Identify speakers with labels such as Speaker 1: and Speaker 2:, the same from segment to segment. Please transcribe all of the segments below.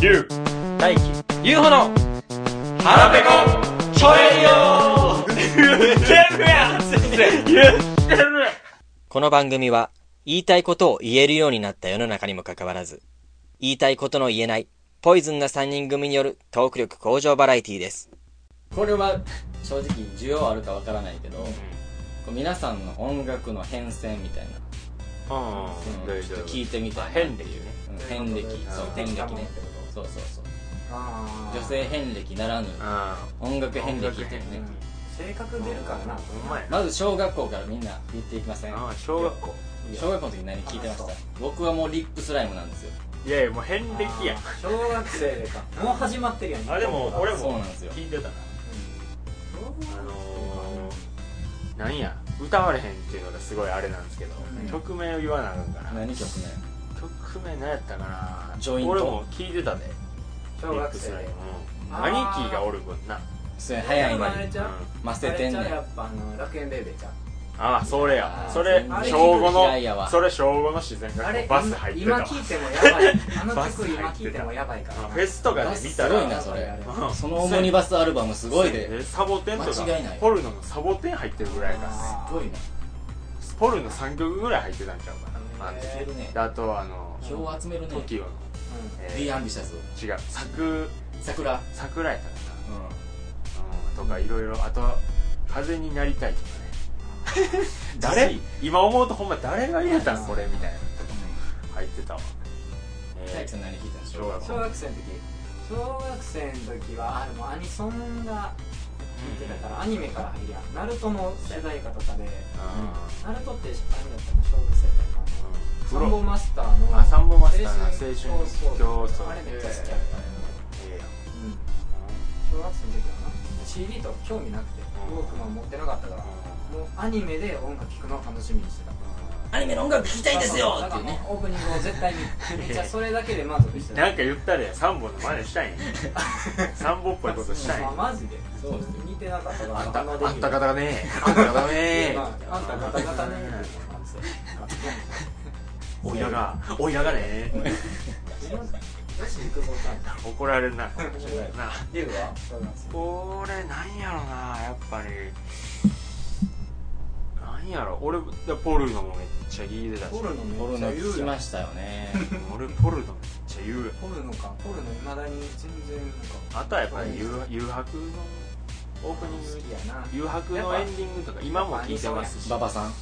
Speaker 1: ゆう
Speaker 2: 大輝
Speaker 1: ゆうほの腹ペコちょえよ言ってるやん言ってる
Speaker 2: この番組は、言いたいことを言えるようになった世の中にもかかわらず、言いたいことの言えない、ポイズンな3人組によるトーク力向上バラエティーです。これは、正直需要あるかわからないけど、皆さんの音楽の変遷みたいな、
Speaker 1: あ
Speaker 3: 大丈夫
Speaker 2: 聞いてみたい
Speaker 1: 変歴ね
Speaker 2: 変歴そう変歴ねそうそうそう女性変歴ならぬ
Speaker 3: あ
Speaker 2: 音楽変歴っていうね
Speaker 4: 性格出るからな
Speaker 3: ほんまや
Speaker 2: まず小学校からみんな言っていきません
Speaker 3: あ小学校
Speaker 2: 小学校の時何聞いてました僕はもうリップスライムなんですよ
Speaker 3: いやいやもう変歴や
Speaker 4: 小学生でかもう始まってるやん
Speaker 3: あでも俺
Speaker 2: そう
Speaker 3: も
Speaker 2: なんですよ
Speaker 3: 聞いてたなあのー、なんや歌われへんっていうのがすごいあれなんですけど、
Speaker 4: うん
Speaker 3: 曲名を言わなあかんから
Speaker 2: 何曲ね
Speaker 3: 曲名何やったかな
Speaker 2: ジョイント
Speaker 3: 俺も聞いてたで
Speaker 4: 小
Speaker 3: リ
Speaker 4: 学生
Speaker 3: ップスライ
Speaker 4: で
Speaker 3: ムうん
Speaker 4: あー
Speaker 3: 兄貴がおる分な
Speaker 2: それ早いね
Speaker 4: あれちゃう
Speaker 2: ませてんね
Speaker 4: あれちゃうんやっぱあの楽園ベイベーちゃう
Speaker 3: ああそれや
Speaker 2: あー
Speaker 3: それ
Speaker 4: 全然
Speaker 3: 小五
Speaker 2: 嫌いやわ
Speaker 3: のそれ小五の自然
Speaker 4: あ
Speaker 3: 学
Speaker 4: れ
Speaker 3: 校バス入ってた
Speaker 4: 今
Speaker 3: わ
Speaker 4: 聞いてもやば いあの
Speaker 3: バス
Speaker 4: 曲
Speaker 3: 入
Speaker 4: 今
Speaker 3: ってた
Speaker 4: 聞いてもやばいから
Speaker 3: あ
Speaker 4: な
Speaker 3: フェスとか
Speaker 2: バ
Speaker 3: で
Speaker 2: ス
Speaker 3: 見
Speaker 2: す
Speaker 3: た
Speaker 2: ごい
Speaker 3: ら
Speaker 2: なそ
Speaker 4: やば
Speaker 2: れ
Speaker 4: いあれ
Speaker 3: うん
Speaker 2: そのオムニバスアルバムすごいで
Speaker 3: えサボテンとか
Speaker 2: 間違いない
Speaker 3: ポルノのサボテン入ってるぐらいやからね
Speaker 2: すごいな
Speaker 3: ポルノ3曲ぐらい入ってたんちゃうかなあの
Speaker 2: 集めるね
Speaker 3: 時であとあの
Speaker 2: 票集めるね
Speaker 3: TOKIO の、
Speaker 4: う
Speaker 3: え
Speaker 2: ビーアンビシャス
Speaker 3: ー、違う桜
Speaker 2: 桜
Speaker 3: 桜やったかな
Speaker 2: う
Speaker 3: うんとかいろいろあと風になりたいとかね誰今思うとほんま誰が入れたんこれみたいな入ってたわ
Speaker 2: 大
Speaker 3: え
Speaker 2: 輝さん何聞いたんでし
Speaker 3: 小
Speaker 2: ょ
Speaker 3: 学校
Speaker 2: う
Speaker 4: ん小学生の時小学生の時はあでもアニソンが聞いてたからアニメから入りやんナルトの主題歌とかでナルトってアニメだったの小学生だったのサンボマスターの
Speaker 3: あサンボマスターの
Speaker 4: 青春
Speaker 3: 青春競争
Speaker 4: あれめっちゃ好きやったね
Speaker 3: ええやん
Speaker 4: うん小学生の時はな CD とか興味なくてウォークマン持ってなかったからもうアニメで音楽聴くのを楽しみにしてた
Speaker 2: アニメの音楽聴きたいんですよ
Speaker 4: だ
Speaker 2: って
Speaker 4: か
Speaker 2: い
Speaker 4: ら
Speaker 2: うね
Speaker 4: オープニングを 絶対見めっちゃそれだけで満足してた
Speaker 3: なんか言ったらや3本の真似したいんや三本っぽいことしたいんや
Speaker 4: まあマジでそうです似てなかったから
Speaker 3: あんた
Speaker 4: んまでき
Speaker 3: あ
Speaker 4: なんい
Speaker 3: た方がねあんた方がね
Speaker 4: まああんたガタガタね
Speaker 3: おいらがおいらがね
Speaker 4: よし行くぞって
Speaker 3: 怒られるなこ
Speaker 4: 龍はそうなんですよ
Speaker 3: れなんやろなやっぱりなんやろ俺ポルノもめっちゃ聞いてたし
Speaker 4: ポルノ
Speaker 2: ポル
Speaker 4: めっちゃ
Speaker 2: ノ
Speaker 4: 言
Speaker 2: 聞き
Speaker 4: うや
Speaker 2: ま
Speaker 4: ん
Speaker 2: したよね
Speaker 3: 俺ポルノめっちゃ言うやん
Speaker 4: ポルノかポルノいまだに全然なんか
Speaker 3: あとはやっぱり誘誘白のオープニン
Speaker 4: 好
Speaker 3: グ
Speaker 4: きやな
Speaker 3: 誘白のエンディングとか今も聞いてますし
Speaker 2: 馬場さん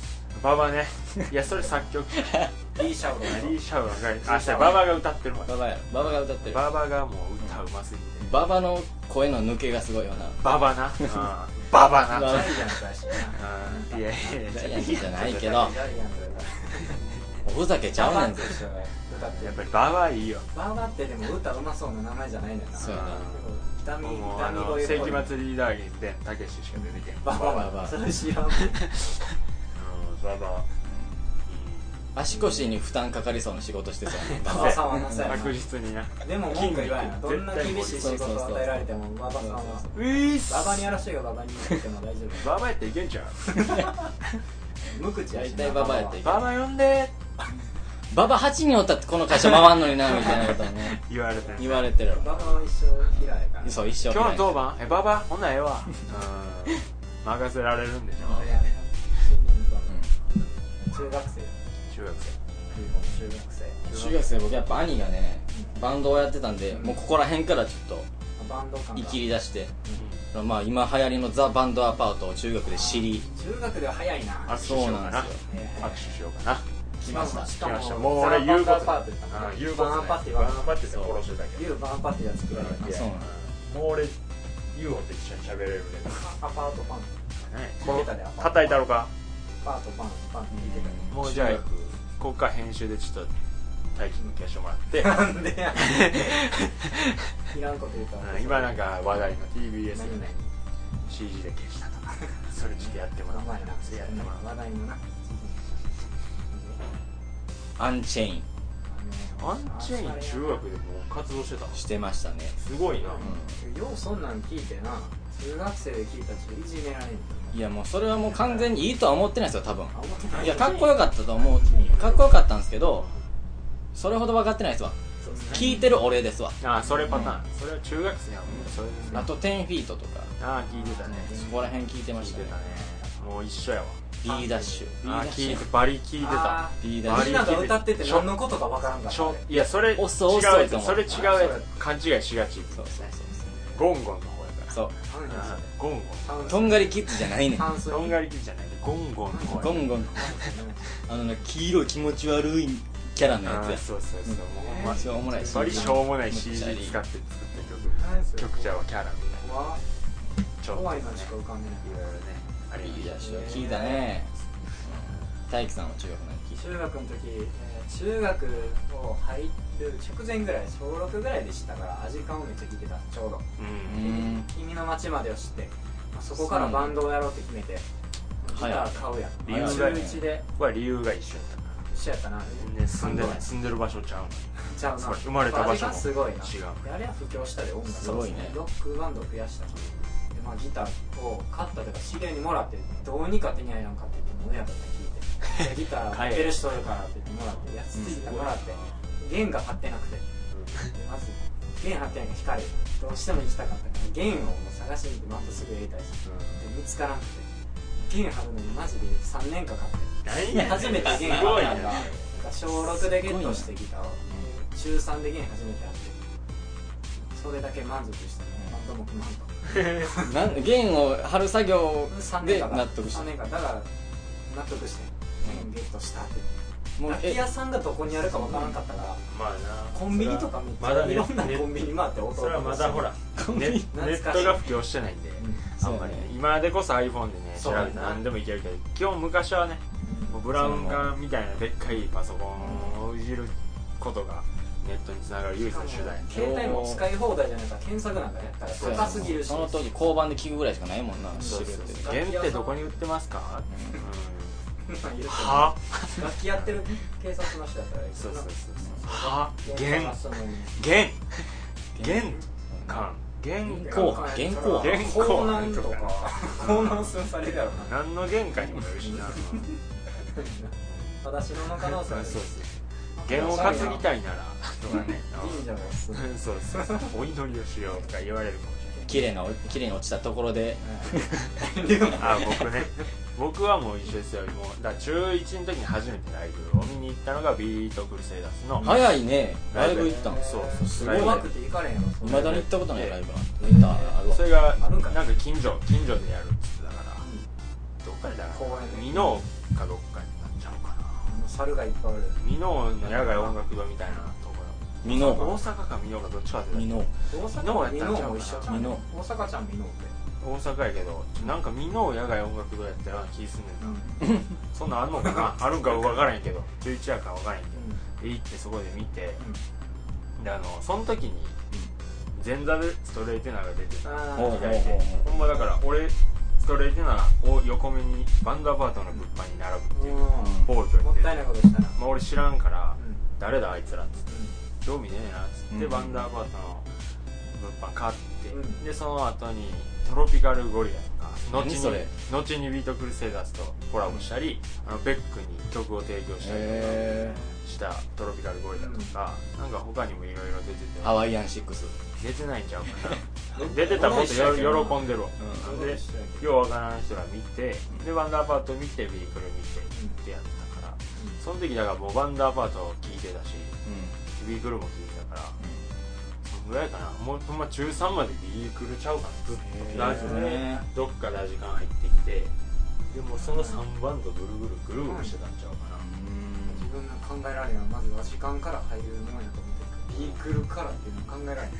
Speaker 3: ババねいやそれ作曲
Speaker 4: D シャウロ
Speaker 3: リー・シャウロ ンがあしたババが歌ってるわ
Speaker 2: 馬場や馬場が歌ってる
Speaker 3: ババがもう歌うますぎて
Speaker 2: 馬場の声の抜けがすごいよな
Speaker 3: ババなババな
Speaker 2: バ
Speaker 4: ジャイアントやしな
Speaker 3: うんいやいやいや
Speaker 2: ジャイアントじゃないけど
Speaker 4: ジャイアントやから
Speaker 2: おふざけちゃうねんぜ
Speaker 4: 一緒だよ歌って
Speaker 3: やっぱりババいいよ
Speaker 4: バーバーってでも歌うまそうな名前じゃないんだよな
Speaker 2: そうやな
Speaker 4: 痛み
Speaker 3: もう
Speaker 4: 痛
Speaker 3: あ
Speaker 4: み
Speaker 3: の
Speaker 4: 声っ
Speaker 3: 世
Speaker 4: ぽい
Speaker 3: 紀末リーダーゲンでたけししか出てけん
Speaker 4: バー
Speaker 2: バ
Speaker 4: バ
Speaker 2: ー
Speaker 4: ー
Speaker 2: バー
Speaker 4: バ
Speaker 2: バー
Speaker 4: ーそれ知らん
Speaker 3: うんババ
Speaker 2: 足腰に負担かかりそうな仕事してそうやな
Speaker 4: ババさんはなさや
Speaker 3: 確実にな
Speaker 4: なでも文句言わんやなどんな厳しい仕事を与えられてもババさんは
Speaker 3: ういっす
Speaker 4: ババにやらしいよババに言っても大丈
Speaker 3: ババやっていけんちゃう
Speaker 4: 夫無口やしな
Speaker 2: 大体ババやって
Speaker 3: ババ呼んで
Speaker 2: 馬場8人おったってこの会社回んのになみたいなことをね
Speaker 3: 言われて
Speaker 2: 言われてる
Speaker 4: ババは一生嫌いやから
Speaker 2: そう一生
Speaker 3: 今日の当番えババほんならええわうん任せられるんでしょ
Speaker 4: あれやね新年ババ中学生
Speaker 3: 中学
Speaker 4: 中学生
Speaker 2: 中学生僕やっぱ兄がねバンドをやってたんでもうここら辺からちょっと
Speaker 4: バンド感
Speaker 2: い
Speaker 4: が
Speaker 2: きり出してまあ今流行りのザ・バンドアパートを中学で知り
Speaker 4: 中学では早いな
Speaker 3: 握手しようかな
Speaker 4: ええ
Speaker 3: 握手しようかな
Speaker 2: 来ました
Speaker 4: し
Speaker 3: 来
Speaker 4: かも
Speaker 3: ましたもう俺言うことな
Speaker 4: バンドアパートやったから
Speaker 3: いうん言うことない
Speaker 4: バンパって言
Speaker 3: バ
Speaker 4: わ
Speaker 3: ンパって言って殺してたけど
Speaker 4: 言うバンパってやつくらい
Speaker 2: あそうなの
Speaker 3: もう俺ユウホと一緒に喋れるみたい
Speaker 4: アパートパン
Speaker 3: な叩いたろか
Speaker 4: アパートパンパンって言ってたよ
Speaker 3: もうじゃあここから編集でちょっと大輝に消してもらって
Speaker 4: なんでやねんいらんこと言うから
Speaker 3: うん今なんか話題の TBS
Speaker 4: 何
Speaker 3: でね CG で消したとかそれちょっとやってもらおう
Speaker 4: 々名前な
Speaker 3: それやってもらおう
Speaker 4: 話題のな
Speaker 2: アンチェイン
Speaker 3: アンチェイン中学でもう活動してた
Speaker 2: してましたね
Speaker 3: すごいな
Speaker 4: ようそんなん聞いてな中学生で聞いたらちょっといじめられんけ
Speaker 2: いやもうそれはもう完全にいいとは思ってないですよ多分
Speaker 4: どな思ってない
Speaker 2: いやかっこよかったと思うかっこよかったんですけどそれほど分かってないですわ
Speaker 4: そうですね
Speaker 5: 聞いてる俺ですわ
Speaker 3: ああそれパターンそれは中学生はみんなそれですね
Speaker 1: あと10フィートとか
Speaker 3: ああ聞いてたね
Speaker 1: そこら辺聞いてま
Speaker 3: 聞い
Speaker 1: してたね
Speaker 3: たねもう一緒やわ
Speaker 5: B ダッシュ B
Speaker 3: あ
Speaker 5: ダ
Speaker 3: あ
Speaker 5: ッシ
Speaker 3: 聞い
Speaker 5: ュ
Speaker 3: てバリ聞いてた
Speaker 4: あ
Speaker 1: リーダ
Speaker 3: バ
Speaker 1: ー
Speaker 3: リ
Speaker 4: みんなが歌ってて何のことかわからんかっ
Speaker 3: ち
Speaker 4: た
Speaker 3: ょ
Speaker 4: ね
Speaker 3: いやそれ違う
Speaker 1: お
Speaker 3: や
Speaker 1: っ
Speaker 3: つ
Speaker 1: そうおっそうやと思う
Speaker 3: それ違うやつ勘違いしがち
Speaker 1: そうそうそう
Speaker 3: ゴンゴンの方やから
Speaker 1: そう
Speaker 4: 何や
Speaker 3: ああゴンゴン
Speaker 4: それ
Speaker 5: とんがりキッズじゃないねん
Speaker 4: 炭水
Speaker 3: とんがりきじゃないゴンゴンの方や
Speaker 1: ゴンゴンあのね黄色い気持ち悪いキャラのや
Speaker 3: あ
Speaker 1: つ
Speaker 3: あ
Speaker 1: や
Speaker 3: そうそうそうもうほんま
Speaker 1: まあしょうもない
Speaker 3: バリしょうもない CG 使っ
Speaker 1: め
Speaker 3: て
Speaker 1: っち
Speaker 3: 作
Speaker 1: ゃ
Speaker 3: っ
Speaker 1: い
Speaker 3: て
Speaker 1: い
Speaker 4: 何そ
Speaker 3: 作
Speaker 4: れ
Speaker 3: る曲ちゃうわキャラみたい
Speaker 4: 怖
Speaker 3: なちょっと
Speaker 4: 怖
Speaker 3: ね
Speaker 4: いのしか浮かんでない
Speaker 3: いろいろねありま
Speaker 1: B
Speaker 3: し
Speaker 1: ダッシュ
Speaker 4: ね
Speaker 1: 聞いたねうん大樹さんは中学の時聞い
Speaker 4: 中学の時、えー中学を入る直前ぐらい小6ぐらいで知ったからアジカンをめっちゃ聴いてたちょうど
Speaker 3: た
Speaker 1: た
Speaker 3: う
Speaker 1: うんーん
Speaker 4: 「君の街まで」を知って、まあそこからバンドをやろうって決めてギタ
Speaker 1: はい
Speaker 4: ー買うやん、
Speaker 3: 理由
Speaker 4: 中
Speaker 3: が
Speaker 4: 1で
Speaker 3: ここは理由が一緒やったから
Speaker 4: 一緒やったな
Speaker 3: 全然住んでな
Speaker 4: すご
Speaker 3: い
Speaker 4: い
Speaker 3: 住んでる場所ちゃうの
Speaker 4: ちゃうな
Speaker 3: そう生まれた場所も
Speaker 4: 味がすごいな
Speaker 3: 違う
Speaker 4: あれは布教したり音楽
Speaker 1: すごいね
Speaker 4: ロックバンドを増やしたりで、まあ、ギターを買ったとか知り合いにもらってどうにか手に入らんかって言っても親とかに聞 いてでギター買ってる人いるからって言ってもらって安いからもらって弦が張ってなくてでまず弦張ってないから光るどうしても行きたかったから弦をもう探しに行ってまたすぐやりたいしで見つからなくて弦張るのにマジで3年かかって
Speaker 3: 何
Speaker 4: 初めて弦
Speaker 3: すごい
Speaker 4: 張ったん
Speaker 3: ね
Speaker 4: だ小6でゲットしてきたを中3で弦初めてやってそれだけ満足したねバンドも決まんと
Speaker 1: なん弦を張る作業
Speaker 4: 3
Speaker 1: で
Speaker 4: 年間だ
Speaker 1: 納得した
Speaker 4: 3年間だから納得して弦ゲットしたって
Speaker 1: もう
Speaker 4: 楽器
Speaker 1: え
Speaker 4: 屋さんがどこにあるかわからんかったから
Speaker 3: まあな
Speaker 4: コンビニとかめっち
Speaker 3: まだ
Speaker 4: ゃ
Speaker 3: ね
Speaker 4: いろんなコンビニ回って音
Speaker 3: それはまだほら
Speaker 1: コンビ
Speaker 3: ネ
Speaker 1: ニ
Speaker 3: ネットが普及してないんであんまりね今でこそ iPhone でね調
Speaker 4: そう
Speaker 3: べ
Speaker 4: やな
Speaker 3: て何でもいけるけど基本昔はねもうブラウン管みたいなでっかいパソコンをいじることがネットにつながる唯一の手段や
Speaker 4: 携帯も使い放題じゃないから検索なんかやったら
Speaker 1: そうや
Speaker 4: 高すぎるし
Speaker 1: その 当時交番で聞くぐらいしかないもんな知
Speaker 3: そう
Speaker 1: るっ
Speaker 3: そう
Speaker 1: て
Speaker 3: そう弦ってどこに売ってますか
Speaker 1: うん
Speaker 3: うん
Speaker 4: は
Speaker 3: は
Speaker 4: 楽器やってる警察の人やったらいい
Speaker 3: そうそうそうそう
Speaker 4: う
Speaker 3: は
Speaker 4: 弦
Speaker 3: 弦
Speaker 4: 探すのに
Speaker 3: 弦弦管弦管
Speaker 1: こう原稿
Speaker 3: 原
Speaker 1: 犯
Speaker 3: 稿
Speaker 4: 盗難とか盗難するされるやろな
Speaker 3: 何の弦かにもよるしな
Speaker 4: 私の可能性
Speaker 3: そうそう弦を担ぎたいならとかね
Speaker 4: 神社もすごい
Speaker 3: うんそうそうそうお祈りをしようとか言われるかもし
Speaker 1: 綺麗な綺麗に落ちたところで
Speaker 3: れないあ僕ね僕はもう一緒ですよもうだから中1の時に初めてライブを見に行ったのがビートクルセイダーズの
Speaker 1: 早いねライブ行ったん
Speaker 3: そうそう
Speaker 1: すごいね
Speaker 4: 怖くて行かれへんわそんな
Speaker 1: 未だに行ったことないライブなんて見たあるわ
Speaker 3: それが
Speaker 4: あるんかい
Speaker 3: なんか近所近所でやるっつってたからどっかでだか
Speaker 4: 公園
Speaker 3: ら
Speaker 4: で
Speaker 3: 美濃かどっかになっちゃうかな
Speaker 4: 猿がいっぱいおる
Speaker 3: 美濃の野外音楽堂みたいなとこ
Speaker 1: 美
Speaker 3: ろ
Speaker 1: 濃
Speaker 3: 大阪か美濃かどっちかで
Speaker 1: 美濃
Speaker 4: 大
Speaker 3: ノ
Speaker 4: 阪
Speaker 3: ー
Speaker 4: 美
Speaker 3: やったんちゃうかな
Speaker 4: 濃も一緒ちゃう
Speaker 1: 美
Speaker 4: ね
Speaker 1: 濃
Speaker 4: 大阪ちゃん美濃っ
Speaker 3: 大阪やけどなんか美濃野外音楽堂やったような気すんねんな
Speaker 4: て
Speaker 3: そんなんあんのか なあるんか分からんけど11やから分からんけど行ってそこで見てであのその時に前座でストレイテナーが出てた
Speaker 4: あ
Speaker 1: おうおうおう
Speaker 3: 左手ほんまだから俺ストレイテナーを横目にバンドアパートの物販に並ぶっていう
Speaker 4: も
Speaker 3: 暴挙に出
Speaker 4: ってたいないことしたな
Speaker 3: まあ俺知らんから誰だあいつらっつって興味ねえなっつって
Speaker 1: うん
Speaker 3: バンドアパートの物販買って、
Speaker 4: うん
Speaker 3: でその後にトロピカルゴリラとか後
Speaker 1: 何
Speaker 3: に
Speaker 1: それ
Speaker 3: 後にビートクルセイダーズとコラボしたり、あのベックに曲を提供したり
Speaker 1: へ
Speaker 3: したトロピカルゴリラとか、なんか他にもいろいろ出て
Speaker 1: ーハ
Speaker 3: て
Speaker 1: ワイアンシックス
Speaker 3: 出てないんちゃうかな出てたらもっとよ喜んでるわ、
Speaker 1: う
Speaker 3: でようわからん人ら見てでバンドアパート見てビークル見てってやったからその時だからもうバンドアパート聞いてたし
Speaker 1: う
Speaker 3: ビークルも聞いてたからそのぐらいかなもうほんま中3までビークルちゃうかなずっ
Speaker 1: へー
Speaker 3: とラジオでどっから時間入ってきてでもその3バンドぐるぐるぐるぐるしてたんちゃうかな、
Speaker 4: 自分の考えられんのはまずは時間から入るもんやと思ってビークルからっていうの考えられん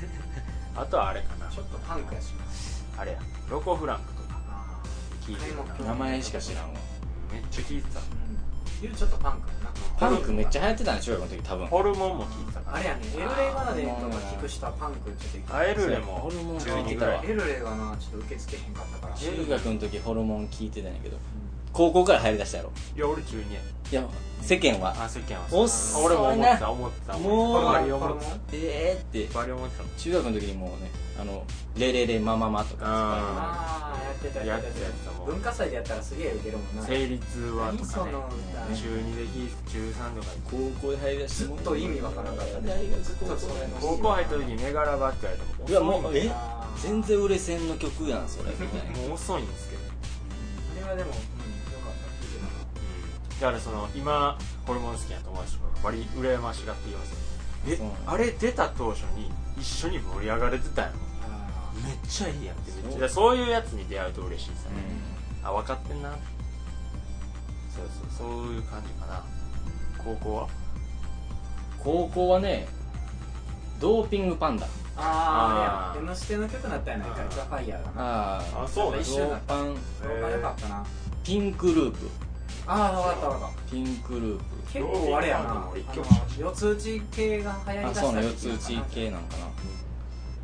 Speaker 3: あとはあれかな
Speaker 4: ちょっとパンクやし
Speaker 3: あれやロコ・フランクとか聞いて
Speaker 4: 買い
Speaker 3: た
Speaker 1: ん
Speaker 4: 物
Speaker 3: な
Speaker 1: 名前しか知らんわ
Speaker 3: めっちゃ聞いてた
Speaker 4: ゆうちょっとパンクやな
Speaker 1: パンクめっちゃ流行ってたね中学の時多分
Speaker 3: ホルモンも聞いてたか
Speaker 4: あれやねエルレバーデンとか聞く人はパンクちょっと行く
Speaker 3: らあエルレも
Speaker 1: ホルモン
Speaker 3: 中
Speaker 1: 聞い
Speaker 3: 2
Speaker 1: て
Speaker 3: ぐ
Speaker 1: た
Speaker 3: ら
Speaker 1: わ
Speaker 3: い
Speaker 4: エルレがなちょっと受け付けへんかったから
Speaker 1: 中学の時ホルモン聞いてたんやけど
Speaker 2: 高校から入りだしたやろ
Speaker 3: いや俺中2や
Speaker 2: いや世間は
Speaker 3: あ世間は
Speaker 2: 遅いな
Speaker 3: 俺も思ってた思ってた
Speaker 2: もう
Speaker 3: バリ思って
Speaker 2: ええって
Speaker 3: たバリ思ってたもん
Speaker 2: 中学の時にもうねあの「レレレマママ」とか
Speaker 4: ああやってたやって
Speaker 3: やってたやってたも
Speaker 4: た
Speaker 3: ん
Speaker 4: 文化祭でやってたらすげえウケるもんな
Speaker 3: 成立はと
Speaker 4: 何そ
Speaker 3: かね
Speaker 4: の歌
Speaker 3: 中2で聞いて中3とか
Speaker 2: 高校で入りだしても
Speaker 4: ちょっと意味わからなかったね
Speaker 2: 大学
Speaker 4: ずっとそれの
Speaker 3: 高校入った時に「メガラバ」って言われても
Speaker 2: いやもうえ
Speaker 4: あー
Speaker 2: 全然売れ線の曲やんそれみたいな
Speaker 3: もう遅いんですけど
Speaker 4: あれはでも、うん、よかった聞いてた
Speaker 3: だからその今ホルモン好きな友達とかバリ羨ましがって言いますよえ、
Speaker 2: そうなの
Speaker 3: あれ出た当初に一緒に盛り上がれてたやん
Speaker 4: あ
Speaker 3: めっちゃいいやんってめっちゃ
Speaker 2: そ
Speaker 3: だ
Speaker 2: う
Speaker 3: からそういうやつに出会うと嬉しいですよね、
Speaker 2: う
Speaker 3: あ分かってんなそうそうそういう感じかな高校は
Speaker 2: 高校はねドーピングパンダ
Speaker 4: ーあ
Speaker 3: あー
Speaker 4: ーあれや「M ステ」の曲なったやないか「
Speaker 3: あー
Speaker 4: ザ・ファイヤーがな
Speaker 2: ああ
Speaker 3: そう
Speaker 4: なんだ
Speaker 2: ドーパン
Speaker 4: それがよかったな
Speaker 2: ピンクループ
Speaker 4: ああ分かった分かった
Speaker 2: ピンクループ
Speaker 4: 結構あれやな
Speaker 3: ロー
Speaker 4: あ
Speaker 3: フ
Speaker 4: の
Speaker 3: ィーカーでも俺一挙手一
Speaker 4: 四つ打ち系が流行り
Speaker 2: あ
Speaker 4: だした
Speaker 2: そうね四
Speaker 4: 時
Speaker 2: つ
Speaker 4: 期
Speaker 2: 打ち系
Speaker 4: な
Speaker 2: なんかな